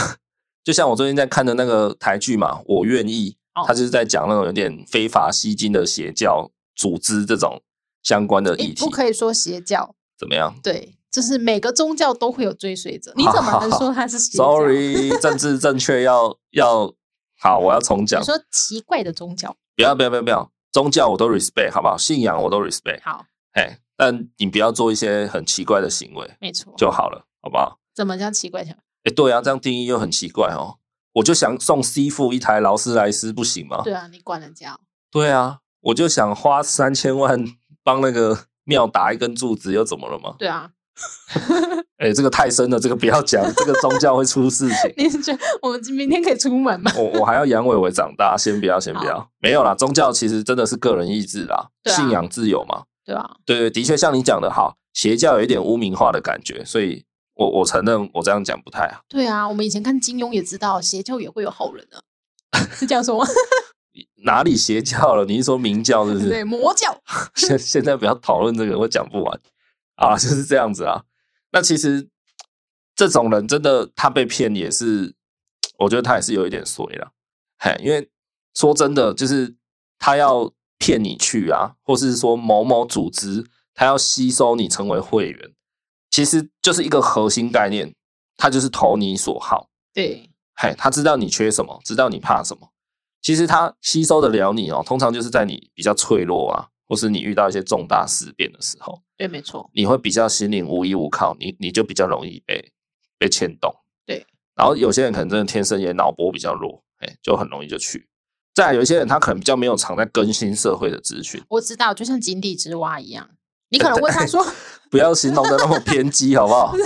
S1: 就像我最近在看的那个台剧嘛，我愿意
S2: 哦，
S1: 他就是在讲那种有点非法吸金的邪教组织这种相关的
S2: 你
S1: 议题
S2: 不，可以说邪教，
S1: 怎么样
S2: 对，就是每个宗教都会有追随者，你怎么能说他是邪教
S1: ？Sorry，政治正确要要好，我要重讲
S2: 你，说奇怪的宗教，
S1: 不要不要不要不要，宗教我都 respect 好不好？信仰我都 respect，
S2: 好，
S1: 哎，但你不要做一些很奇怪的行为
S2: 没错，
S1: 就好了，好不好？
S2: 怎么叫奇怪讲？
S1: 哎，对啊，这样定义又很奇怪哦。我就想送师傅一台劳斯莱斯，不行吗？
S2: 对啊，你管人家哦，
S1: 对啊，我就想花三千万帮那个庙打一根柱子，又怎么了嘛？
S2: 对啊，
S1: 哎、这个太深了，这个不要讲，这个宗教会出事情。
S2: 你是觉得我们明天可以出门吗？
S1: 我我还要养伟伟长大，先不要，先不要，没有啦。宗教其实真的是个人意志啦，
S2: 对啊
S1: 信仰自由嘛。
S2: 对啊，
S1: 对对，的确像你讲的好，邪教有一点污名化的感觉，所以我我承认我这样讲不太好。
S2: 对啊，我们以前看金庸也知道，邪教也会有好人啊，是这样说吗？
S1: 哪里邪教了？你是说明教是不是？
S2: 对，魔教，
S1: 现现在不要讨论这个，我讲不完啊， 就是这样子啊。那其实这种人真的，他被骗也是，我觉得他也是有一点衰了，嘿，因为说真的，就是他要骗你去啊，或是说某某组织，他要吸收你成为会员，其实就是一个核心概念，他就是投你所好，
S2: 对，
S1: 嘿，他知道你缺什么，知道你怕什么。其实他吸收得了你哦，通常就是在你比较脆弱啊，或是你遇到一些重大事变的时候，
S2: 对，没错，
S1: 你会比较心灵无依无靠，你你就比较容易被被牵动。
S2: 对，
S1: 然后有些人可能真的天生也脑波比较弱，哎，就很容易就去。再来有一些人他可能比较没有常在更新社会的资讯，
S2: 我知道，就像井底之蛙一样，你可能问他说。
S1: 不要形容的那么偏激，好不好？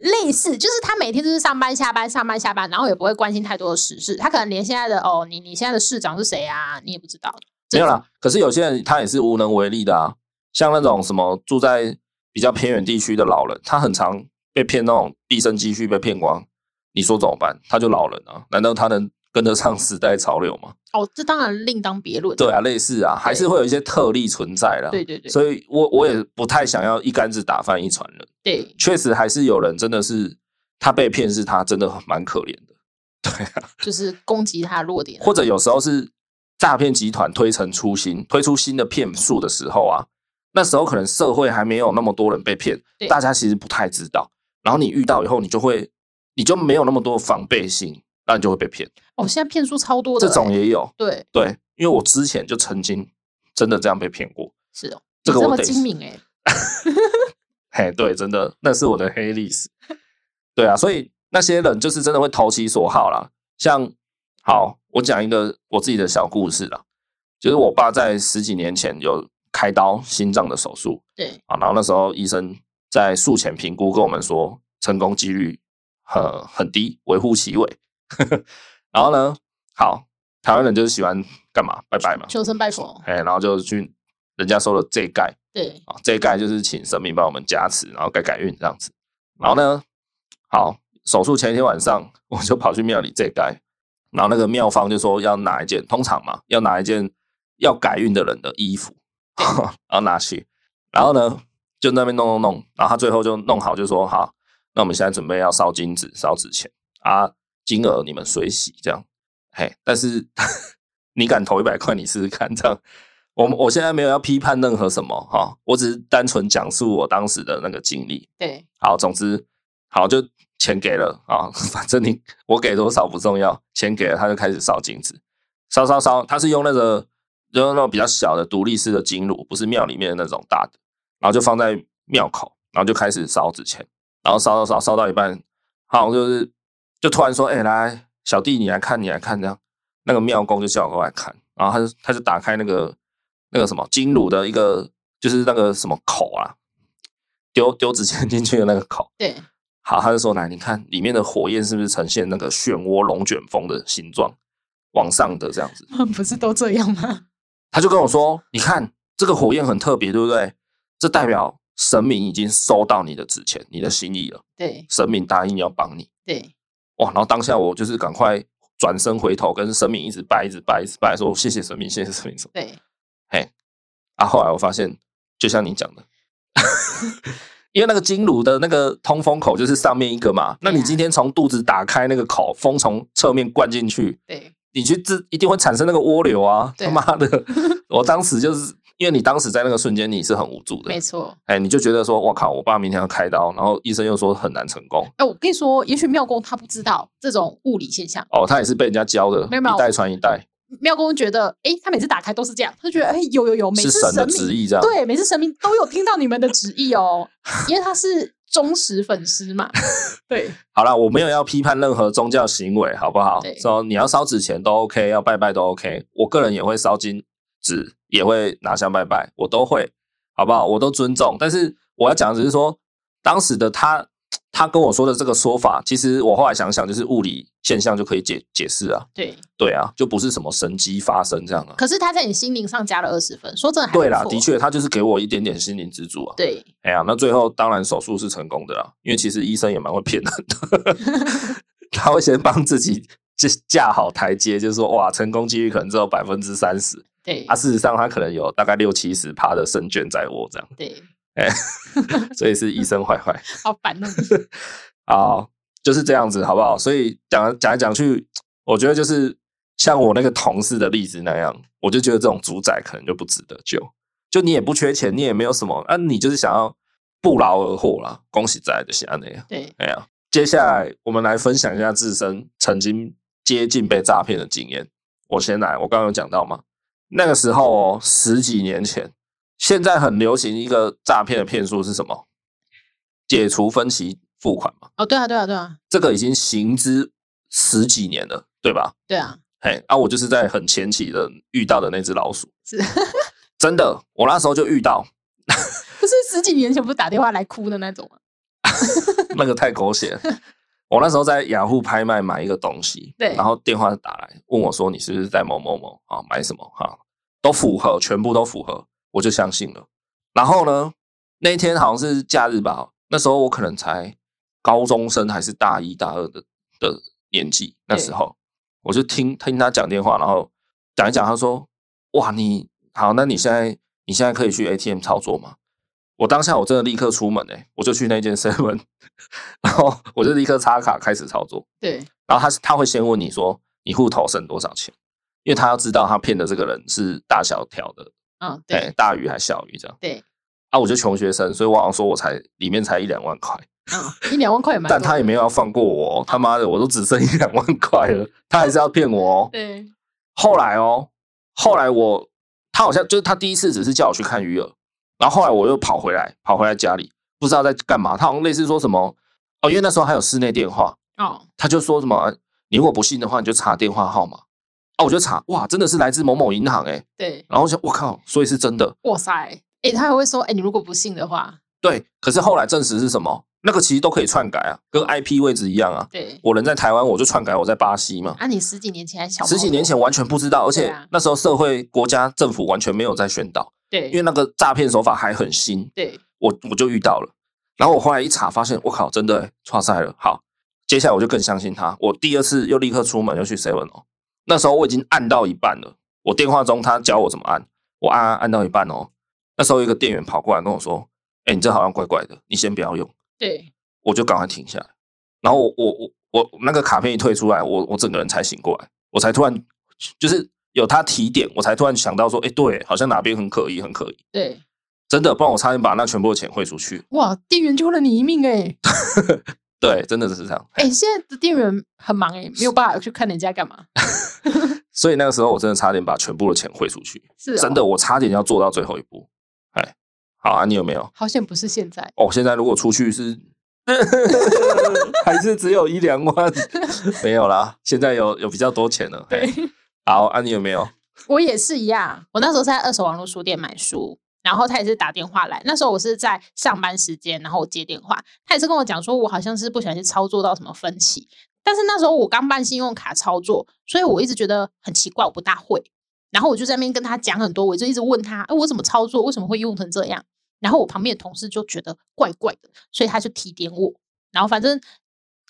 S2: 类似，就是他每天就是上班下班上班下班，然后也不会关心太多的时事，他可能连现在的哦，你你现在的市长是谁啊，你也不知道。
S1: 没有啦，可是有些人他也是无能为力的啊，像那种什么住在比较偏远地区的老人，他很常被骗那种毕生积蓄被骗光，你说怎么办？他就老人啊，难道他能跟得上时代潮流吗？
S2: 哦，这当然另当别论。
S1: 对啊，类似啊，还是会有一些特例存在啦。
S2: 对对对
S1: 所以我我也不太想要一竿子打翻一船人，
S2: 对
S1: 确实还是有人真的是他被骗，是他真的蛮可怜的，
S2: 就是攻击他的弱点。啊
S1: 或者有时候是诈骗集团推陈出新，推出新的骗术的时候啊，那时候可能社会还没有那么多人被骗
S2: 对，
S1: 大家其实不太知道。然后你遇到以后，你就会你就没有那么多防备心，那你就会被骗。
S2: 哦，现在骗术超多的
S1: 这
S2: 欸、
S1: 种也有，
S2: 对
S1: 对，因为我之前就曾经真的这样被骗过。
S2: 是哦，
S1: 这个
S2: 你
S1: 我
S2: 这么
S1: 得
S2: 精明哎、
S1: 嘿，对，真的，那是我的黑历史。对啊，所以那些人就是真的会投其所好啦。像，好，我讲一个我自己的小故事啦，就是我爸在十几年前有开刀心脏的手术
S2: 对
S1: 啊，然后那时候医生在术前评估跟我们说，成功几率很很低，微乎其微。 然后呢，好，台湾人就是喜欢干嘛？拜拜嘛，
S2: 求神拜佛，
S1: 哎，然后就去人家说的这一盖
S2: 对，
S1: 啊，这一盖就是请神明帮我们加持，然后改改运这样子。然后呢，好，手术前一天晚上我就跑去庙里这一盖，然后那个庙方就说要拿一件，通常嘛要拿一件要改运的人的衣服， 然后拿去，然后呢就那边弄弄弄，然后他最后就弄好，就说好，那我们现在准备要烧金纸、烧纸钱啊，金额你们随喜这样，嘿，但是 你敢投一百块，你试试看这样。我们我现在没有要批判任何什么哈、我只是单纯讲述我当时的那个经历。
S2: 对，
S1: 好，总之好就钱给了啊、 反正你我给多少不重要，钱给了他就开始烧金子，烧烧烧，他是用那个用那种比较小的独立式的金炉，不是庙里面的那种大的，然后就放在庙口，然后就开始烧纸钱，然后烧烧烧烧到一半，好像就是就突然说，哎、来小弟你来看你来看这样，那个庙公就叫我过来看，然后他就他就打开那个那个什么金炉的一个就是那个什么口啊，丢丢纸钱进去的那个口。
S2: 对，
S1: 好，他就说来，你看里面的火焰是不是呈现那个漩涡龙卷风的形状，往上的这样子。
S2: 不是都这样吗？
S1: 他就跟我说，你看这个火焰很特别，对不对？这代表神明已经收到你的纸钱，你的心意了，
S2: 对
S1: 神明答应要帮你。
S2: 对
S1: 哇！然后当下我就是赶快转身回头，跟神明一直拜，一直拜，一直拜，说谢谢神明，谢谢神明什么。
S2: 对，
S1: 啊，后来我发现，就像你讲的， 因为那个金炉的那个通风口就是上面一个嘛，那你
S2: 对啊
S1: 今天从肚子打开那个口，风从侧面灌进去，
S2: 对
S1: 你去自一定会产生那个涡流啊！
S2: 对
S1: 他
S2: 啊
S1: 妈 的，我当时就是因为你当时在那个瞬间你是很无助的
S2: 没，错。
S1: 哎，你就觉得说，我靠，我爸明天要开刀，然后医生又说很难成功，
S2: 哎，我跟你说，也许妙公他不知道这种物理现象，
S1: 哦，他也是被人家教的，
S2: 没有没有
S1: 一代传一代，
S2: 妙公觉得，哎，他每次打开都是这样，他就觉得，哎，有有有，每
S1: 是
S2: 次
S1: 神的
S2: 神
S1: 旨
S2: 明
S1: 意这啊样。
S2: 对，每次神明都有听到你们的旨 意哦，因为他是忠实粉丝嘛。对
S1: 好啦，我没有要批判任何宗教行为，好不好
S2: 对？
S1: 说你要烧纸钱都 OK，要拜拜都 OK，我个人也会烧金纸，也会拿香拜拜，我都会，好不好？我都尊重。但是我要讲的只是说，当时的他，他跟我说的这个说法，其实我后来想想，就是物理现象就可以解解释啊，
S2: 对，
S1: 对啊，就不是什么神机发生这样啊。
S2: 可是他在你心灵上加了二十分，说真的还不
S1: 对啦，
S2: 错
S1: 的，确，他就是给我一点点心灵支柱啊。
S2: 对
S1: 哎呀，那最后当然手术是成功的啦，因为其实医生也蛮会骗人的，他会先帮自己就架好台阶，就是说哇，成功几率可能只有百分之三十，
S2: 对
S1: 啊，事实上他可能有大概六七十趴的胜券在握，这样，
S2: 对，
S1: 所以是医生坏坏
S2: 好烦哦。
S1: 啊，就是这样子，好不好？所以讲讲来讲去，我觉得就是像我那个同事的例子那样，我就觉得这种主宰可能就不值得救，就你也不缺钱，你也没有什么，啊，你就是想要不劳而获啦，恭喜在的安那样。
S2: 对，
S1: 哎呀，接下来我们来分享一下自身曾经接近被诈骗的经验。我先来，我刚刚有讲到嘛，那个时候哦，十几年前，现在很流行一个诈骗的骗术是什么？解除分期付款嘛，
S2: 哦，对啊，对啊，对啊，
S1: 这个已经行之十几年了，对吧？
S2: 对啊，
S1: 嘿，啊，我就是在很前期的遇到的那只老鼠，
S2: 是
S1: 真的，我那时候就遇到，
S2: 不是十几年前不是打电话来哭的那种吗？
S1: 那个太狗血了。我那时候在雅虎拍卖买一个东西，
S2: 对
S1: 然后电话打来问我说：“你是不是在某某某啊买什么啊？”都符合，全部都符合，我就相信了。然后呢，那一天好像是假日吧，那时候我可能才高中生还是大一大二的的年纪，那时候我就听听他讲电话，然后讲一讲，他说：“哇，你好，那你现在你现在可以去 ATM 操作吗？”我当下我真的立刻出门哎、我就去那间 seven，然 后我就立刻插卡开始操作。
S2: 对
S1: 然后他他会先问你说你户头剩多少钱，因为他要知道他骗的这个人是大小条的，
S2: 嗯，
S1: 对、
S2: 对
S1: 大鱼还小鱼这样。
S2: 对，
S1: 啊，我就穷学生，所以我好像说我才里面才一两万块，
S2: 嗯，一两万块也蛮多
S1: 但
S2: 的，
S1: 他也没有要放过我哦，他妈的，我都只剩一两万块了，他还是要骗我哦。
S2: 对
S1: 后来哦，后来我他好像就是他第一次只是叫我去看鱼饵，然后后来我又跑回来，跑回来家里不知道在干嘛，他好像类似说什么哦，因为那时候还有室内电话，
S2: 哦，
S1: 他就说什么、啊你如果不信的话，你就查电话号码啊，我就查哇，真的是来自某某银行哎、
S2: 对，
S1: 然后我想我靠，所以是真的，
S2: 哇塞，哎，他还会说，哎，你如果不信的话，
S1: 对，可是后来证实是什么？那个其实都可以篡改啊，跟 IP 位置一样啊。
S2: 对，
S1: 我人在台湾，我就篡改我在巴西嘛。
S2: 啊，你十几年前还小，
S1: 十几年，前完全不知道，而
S2: 对
S1: 且
S2: 啊
S1: 那时候社会、国家、政府完全没有在宣导，
S2: 对，
S1: 因为那个诈骗手法还很新，
S2: 对
S1: 我我就遇到了。然后我后来一查，发现我靠，真的欸错赛了。好，接下来我就更相信他。我第二次又立刻出门又去 seven 哦，那时候我已经按到一半了，我电话中他教我怎么按，我按按按到一半哦，那时候有一个店员跑过来跟我说：“哎、你这好像怪怪的，你先不要用。”
S2: 对，
S1: 我就赶快停下来。然后我我我我那个卡片一退出来，我我整个人才醒过来，我才突然就是有他提点，我才突然想到说，哎，对，好像哪边很可疑，很可疑，
S2: 对，
S1: 真的，不然我差点把那全部的钱汇出去。
S2: 哇，店员救了你一命哎、
S1: 对，真的是这样。
S2: 哎、现在的店员很忙哎、没有办法去看人家干嘛，
S1: 所以那个时候我真的差点把全部的钱汇出去，
S2: 是、哦、
S1: 真的，，我差点要做到最后一步。哎，好啊，你有没有？
S2: 好险不是现在，
S1: 哦，现在如果出去 是。还是只有一两万， 没有啦。现在有有比较多钱了。嘿，好，啊，你有没有？
S2: 我也是一样，我那时候在二手网络书店买书，然后他也是打电话来。那时候我是在上班时间，然后我接电话，他也是跟我讲说，我好像是不小心操作到什么分歧。但是那时候我刚办信用卡操作，所以我一直觉得很奇怪，我不大会。然后我就在那边跟他讲很多，我就一直问他，哎，我怎么操作？为什么会用成这样？然后我旁边的同事就觉得怪怪的，所以他就提点我。然后反正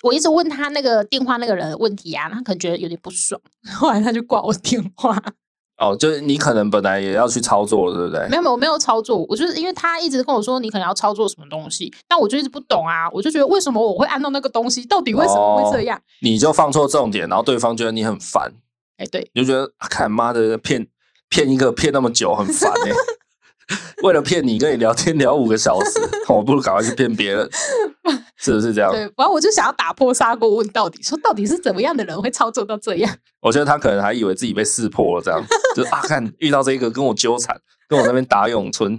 S2: 我一直问他那个电话那个人的问题啊，他可能觉得有点不爽， 后来他就挂我电话。
S1: 哦，就是你可能本来也要去操作了，对不对？
S2: 没有没有，我没有操作，我就是因为他一直跟我说你可能要操作什么东西，但我就一直不懂啊，我就觉得为什么我会按到那个东西，到底为什么会这样？
S1: 你就放错重点，然后对方觉得你很烦，
S2: 哎、对，
S1: 你就觉得啊看妈的骗骗一个骗那么久很烦哎、 为了骗你跟你聊天聊五个小时， 我不如赶快去骗别人，是不是这样？
S2: 对，反正我就想要打破砂锅问到底，说到底是怎么样的人会操作到这样？
S1: 我觉得他可能还以为自己被识破了，这样就是啊，看遇到这个跟我纠缠，跟我那边打咏春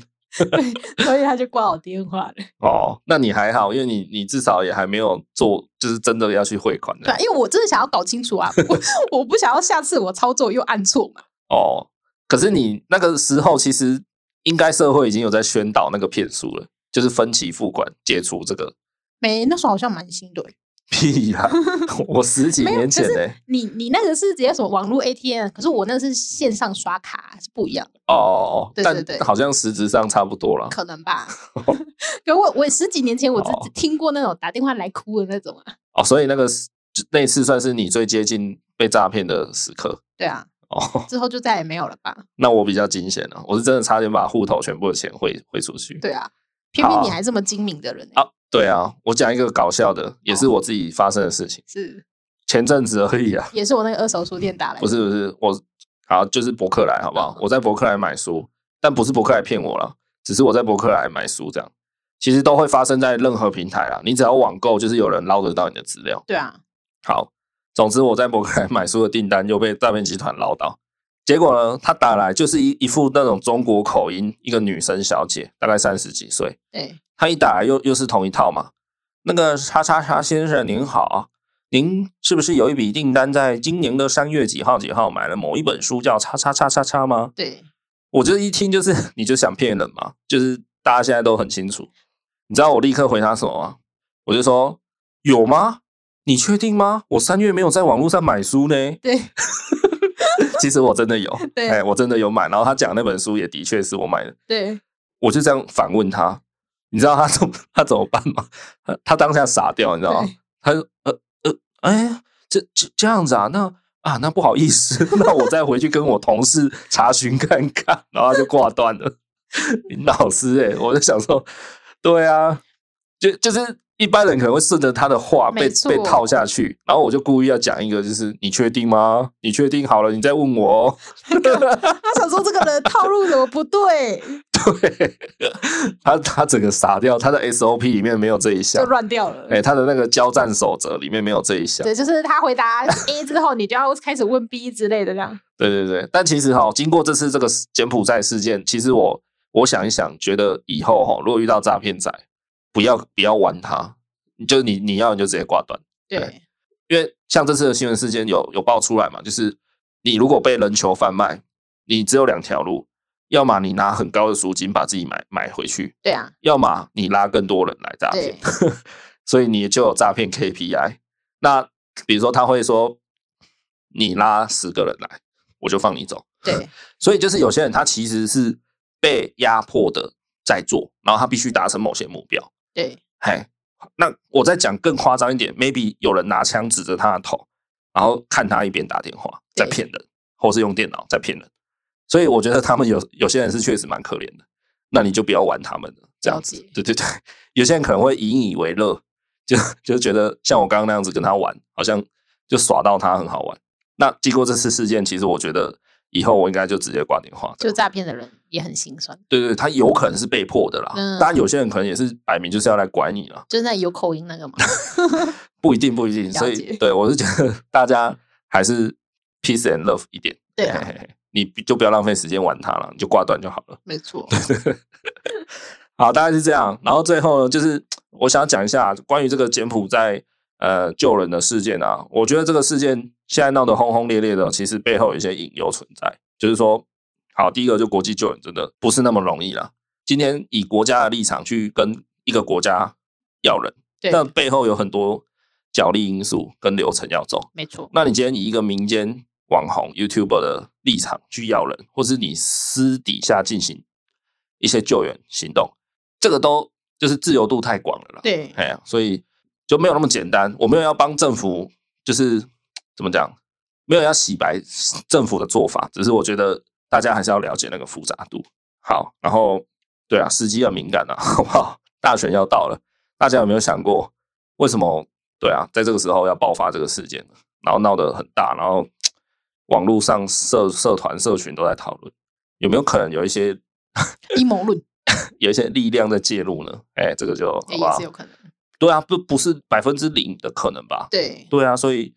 S2: 所以他就挂我电话了。
S1: 哦，那你还好，因为你你至少也还没有做，就是真的要去汇款
S2: 对
S1: 的
S2: 啊，因为我真的想要搞清楚啊，我我不想要下次我操作又按错嘛。
S1: 哦。可是你那个时候其实应该社会已经有在宣导那个骗术了，就是分期付款解除这个
S2: 没，那时候好像蛮新的欸。
S1: 屁 啦！我十几
S2: 没有
S1: 年
S2: 就
S1: 前
S2: 是
S1: 呢、
S2: 你你那个是直接什么网络 ATM，可是我那个是线上刷卡啊是不一样的，
S1: 哦哦哦，
S2: 对对对
S1: 但好像实质上差不多了。
S2: 可能 吧？ 可我我十几年前我
S1: 哦
S2: 只听过那种打电话来哭的那种啊。
S1: 哦，所以那个是就那次算是你最接近被诈骗的时刻
S2: 对啊，
S1: 哦。
S2: 之后就再也没有了吧？
S1: 那我比较惊险了，我是真的差点把户头全部的钱汇汇出去。
S2: 对啊，偏偏你
S1: 好
S2: 还这么精明的人欸、
S1: 啊，对啊，我讲一个搞笑的，也是我自己发生的事情，
S2: 是
S1: 前阵子而已啊。
S2: 也是我那个二手书店打来的，
S1: 不是不是，我好就是博客来好不好？我在博客来买书，但不是博客来骗我了，只是我在博客来买书这样。其实都会发生在任何平台啦，你只要网购，就是有人捞得到你的资料。
S2: 对啊，
S1: 好，总之我在博客来买书的订单又被诈骗集团捞到，结果呢，他打来就是一一副那种中国口音，一个女生小姐，大概三十几岁，
S2: 对
S1: 他一打来又又是同一套嘛。那个叉叉叉先生您好，您是不是有一笔订单在今年的三月几号几号买了某一本书叫叉叉叉叉叉吗？
S2: 对，
S1: 我就一听就是你就想骗人嘛，就是大家现在都很清楚。你知道我立刻回答什么吗？我就说有吗？你确定吗？我三月没有在网络上买书呢。
S2: 对
S1: 其实我真的有，
S2: 对
S1: 哎，我真的有买。然后他讲那本书也的确是我买的。
S2: 对，
S1: 我就这样反问他，你知道他怎么他怎么办吗？他他当下傻掉，你知道吗
S2: 对？
S1: 他就呃呃，哎，这这这样子啊，那啊那不好意思， 那我再回去跟我同事查询看看，然后他就挂断了。 林老师、欸，哎，我就想说，对啊，就就是一般人可能会顺着他的话被
S2: 没错
S1: 被套下去，然后我就故意要讲一个，就是你确定吗？你确定好了，你再问我、 哦。
S2: 他想说这个人套路怎么不 对，
S1: 对，他他整个傻掉，他的 SOP 里面没有这一项
S2: 就，乱掉了。
S1: 哎、他的那个交战守则里面没有这一项，
S2: 对，就是他回答 A 之后，你就要开始问 B 之类的，这样
S1: 对对对。但其实哈、经过这次这个柬埔寨事件，其实我我想一想，觉得以后哈、如果遇到诈骗仔，不要不要玩他，就你你要你就直接挂断，
S2: 对
S1: 因为像这次的新闻事件有有爆出来嘛，就是你如果被人球贩卖，你只有两条路，要么你拿很高的赎金把自己买买回去，
S2: 对啊，
S1: 要么你拉更多人来诈骗，所以你就有诈骗 KPI。那比如说他会说，你拉十个人来，我就放你走。
S2: 对，
S1: 所以就是有些人他其实是被压迫的在做，然后他必须达成某些目标。
S2: 对，
S1: 嘿，那我再讲更夸张一点，maybe 有人拿枪指着他的头，然后看他一边打电话在
S2: 对
S1: 骗人，或是用电脑在骗人。所以我觉得他们有有些人是确实蛮可怜的，那你就不要玩他们了。这样子
S2: 了解，
S1: 对对对，有些人可能会引以为乐，就就觉得像我刚刚那样子跟他玩，好像就耍到他很好玩。那经过这次事件，其实我觉得以后我应该就直接挂电话。
S2: 就诈骗的人也很心酸，
S1: 对对，他有可能是被迫的啦。
S2: 嗯
S1: 当然，有些人可能也是摆明就是要来拐你了。
S2: 就是那有口音 那个嘛，
S1: 不一定，不一定。
S2: 了
S1: 所
S2: 解
S1: 以，对我是觉得 大家还是 peace and love 一点。
S2: 对啊
S1: 嘿嘿嘿你就不要浪费时间玩它了，你就挂断就好了。
S2: 没错，
S1: 好，大概是这样。然后最后呢，就是我想讲一下关于这个柬埔寨呃救人的事件啊。我觉得这个事件现在闹得轰轰烈烈的，其实背后有一些隐忧存在。就是说，好，第一个就国际救援真的不是那么容易啦。今天以国家的立场去跟一个国家要人，
S2: 对，
S1: 但背后有很多角力因素跟流程要走。
S2: 没错，
S1: 那你今天以一个民间网红 YouTuber 的立场去要人，或是你私底下进行一些救援行动，这个都就是自由度太广了啦。
S2: 对，
S1: 哎呀，所以就没有那么简单。我没有要帮政府，就是怎么讲，没有要洗白政府的做法，只是我觉得大家还是要了解那个复杂度。好，然后对啊，时机要敏感啊， 好不好？大选要到了，大家有没有想过为什么？对啊，在这个时候要爆发这个事件呢，然后闹得很大，然后网络上社社团社群都在讨论，有没有可能有一些
S2: 阴谋论
S1: 有一些力量在介入呢？哎，这个就好
S2: 也
S1: 不好
S2: 是？有可能，
S1: 对啊，不不是百分之零的可能吧？
S2: 对，
S1: 对啊，所以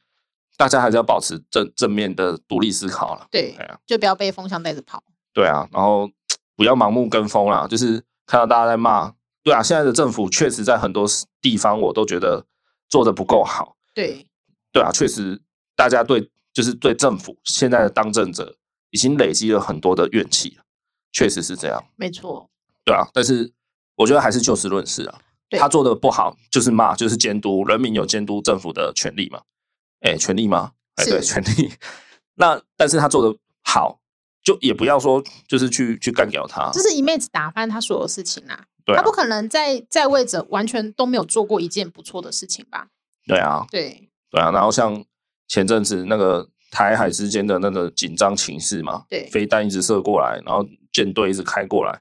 S1: 大家还是要保持正正面的独立思考了。
S2: 对
S1: 哎呀，
S2: 就不要被风向带着跑，
S1: 对啊，然后不要盲目跟风啦，就是看到大家在骂，对啊，现在的政府确实在很多地方我都觉得做的不够好。
S2: 对，
S1: 对啊，确实大家对就是对政府现在的当政者已经累积了很多的怨气了，确实是这样。
S2: 没错，
S1: 对啊，但是我觉得还是就事论事啊。
S2: 对
S1: 他做的不好，就是骂，就是监督，人民有监督政府的权利嘛？哎，权利吗？哎，
S2: 是
S1: 对，权利。 那但是他做的好，就也不要说就是去去干掉他
S2: 就，是一妹子打翻他所有事情啦，
S1: 对
S2: 他
S1: 啊
S2: 不，可能在在位者完全都没有做过一件不错的事情吧？
S1: 对啊，
S2: 对，
S1: 对啊。然后像前阵子那个台海之间的那个紧张情势嘛，
S2: 对
S1: 飞弹一直射过来，然后舰队一直开过来，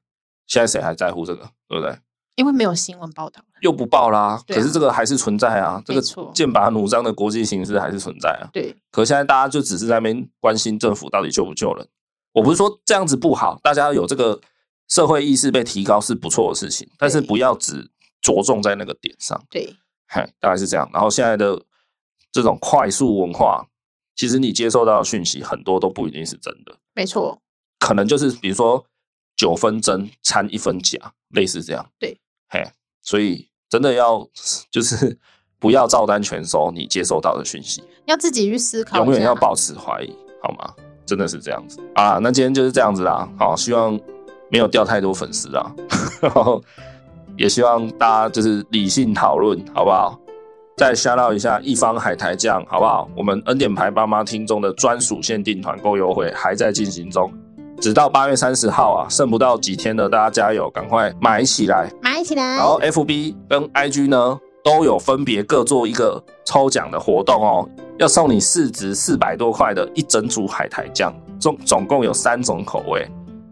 S1: 现在谁还在乎这个？对不对？
S2: 因为没有新闻报道，
S1: 又不报啦，
S2: 对啊
S1: 可是这个还是存在啊，这个
S2: 没错
S1: 剑拔弩张的国际形势还是存在啊。
S2: 对，
S1: 可现在大家就只是在那边关心政府到底救不救人。我不是说这样子不好，大家有这个社会意识被提高是不错的事情，但是不要只着重在那个点上。
S2: 对，
S1: 嗨，大概是这样。然后现在的这种快速文化，其实你接收到的讯息很多都不一定是真的，
S2: 没错，
S1: 可能就是比如说九分真掺一分假，类似这样。
S2: 对，
S1: 嘿，所以真的要 就是不要照单全收你接收到的讯息。
S2: 要自己去思考一下，
S1: 永远要保持怀疑，好吗？真的是这样子啊。那今天就是这样子啦，好，希望没有掉太多粉丝啦， 然后也希望大家就是理性讨论，好不好？再瞎唠一下一方海苔酱，好不好？我们恩典牌爸妈听众的专属限定团购优惠还在进行中，直到八月三十号啊，剩不到几天了，大家加油，赶快买起来！
S2: 买起来
S1: 然，后 FB 跟 IG 呢都有分别各做一个抽奖的活动哦，要送你市值四百多块的一整组海苔酱，总总共有三种口味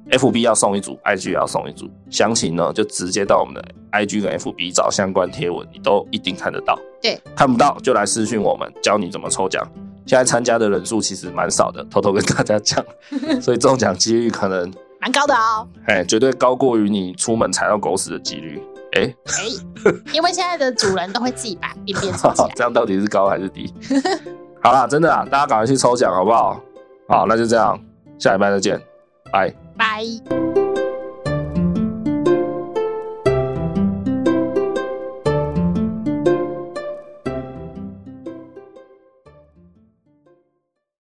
S1: ，FB 要送一组，IG 也要送一组。详情呢就直接到我们的 IG 跟 FB 找相关贴文，你都一定看得到。
S2: 对，
S1: 看不到就来私讯我们，教你怎么抽奖。现在参加的人数其实蛮少的，偷偷跟大家讲，所以中奖几率可能，
S2: 蛮高的哦，
S1: 哎，绝对高过于你出门踩到狗屎的几率。哎，
S2: 哎，因为现在的主人都会自己把便便收起 来，
S1: 这样到底是高还是低？好啦，真的啊，大家赶快去抽奖好不好？好，那就这样，下礼拜再见，拜。
S2: 拜。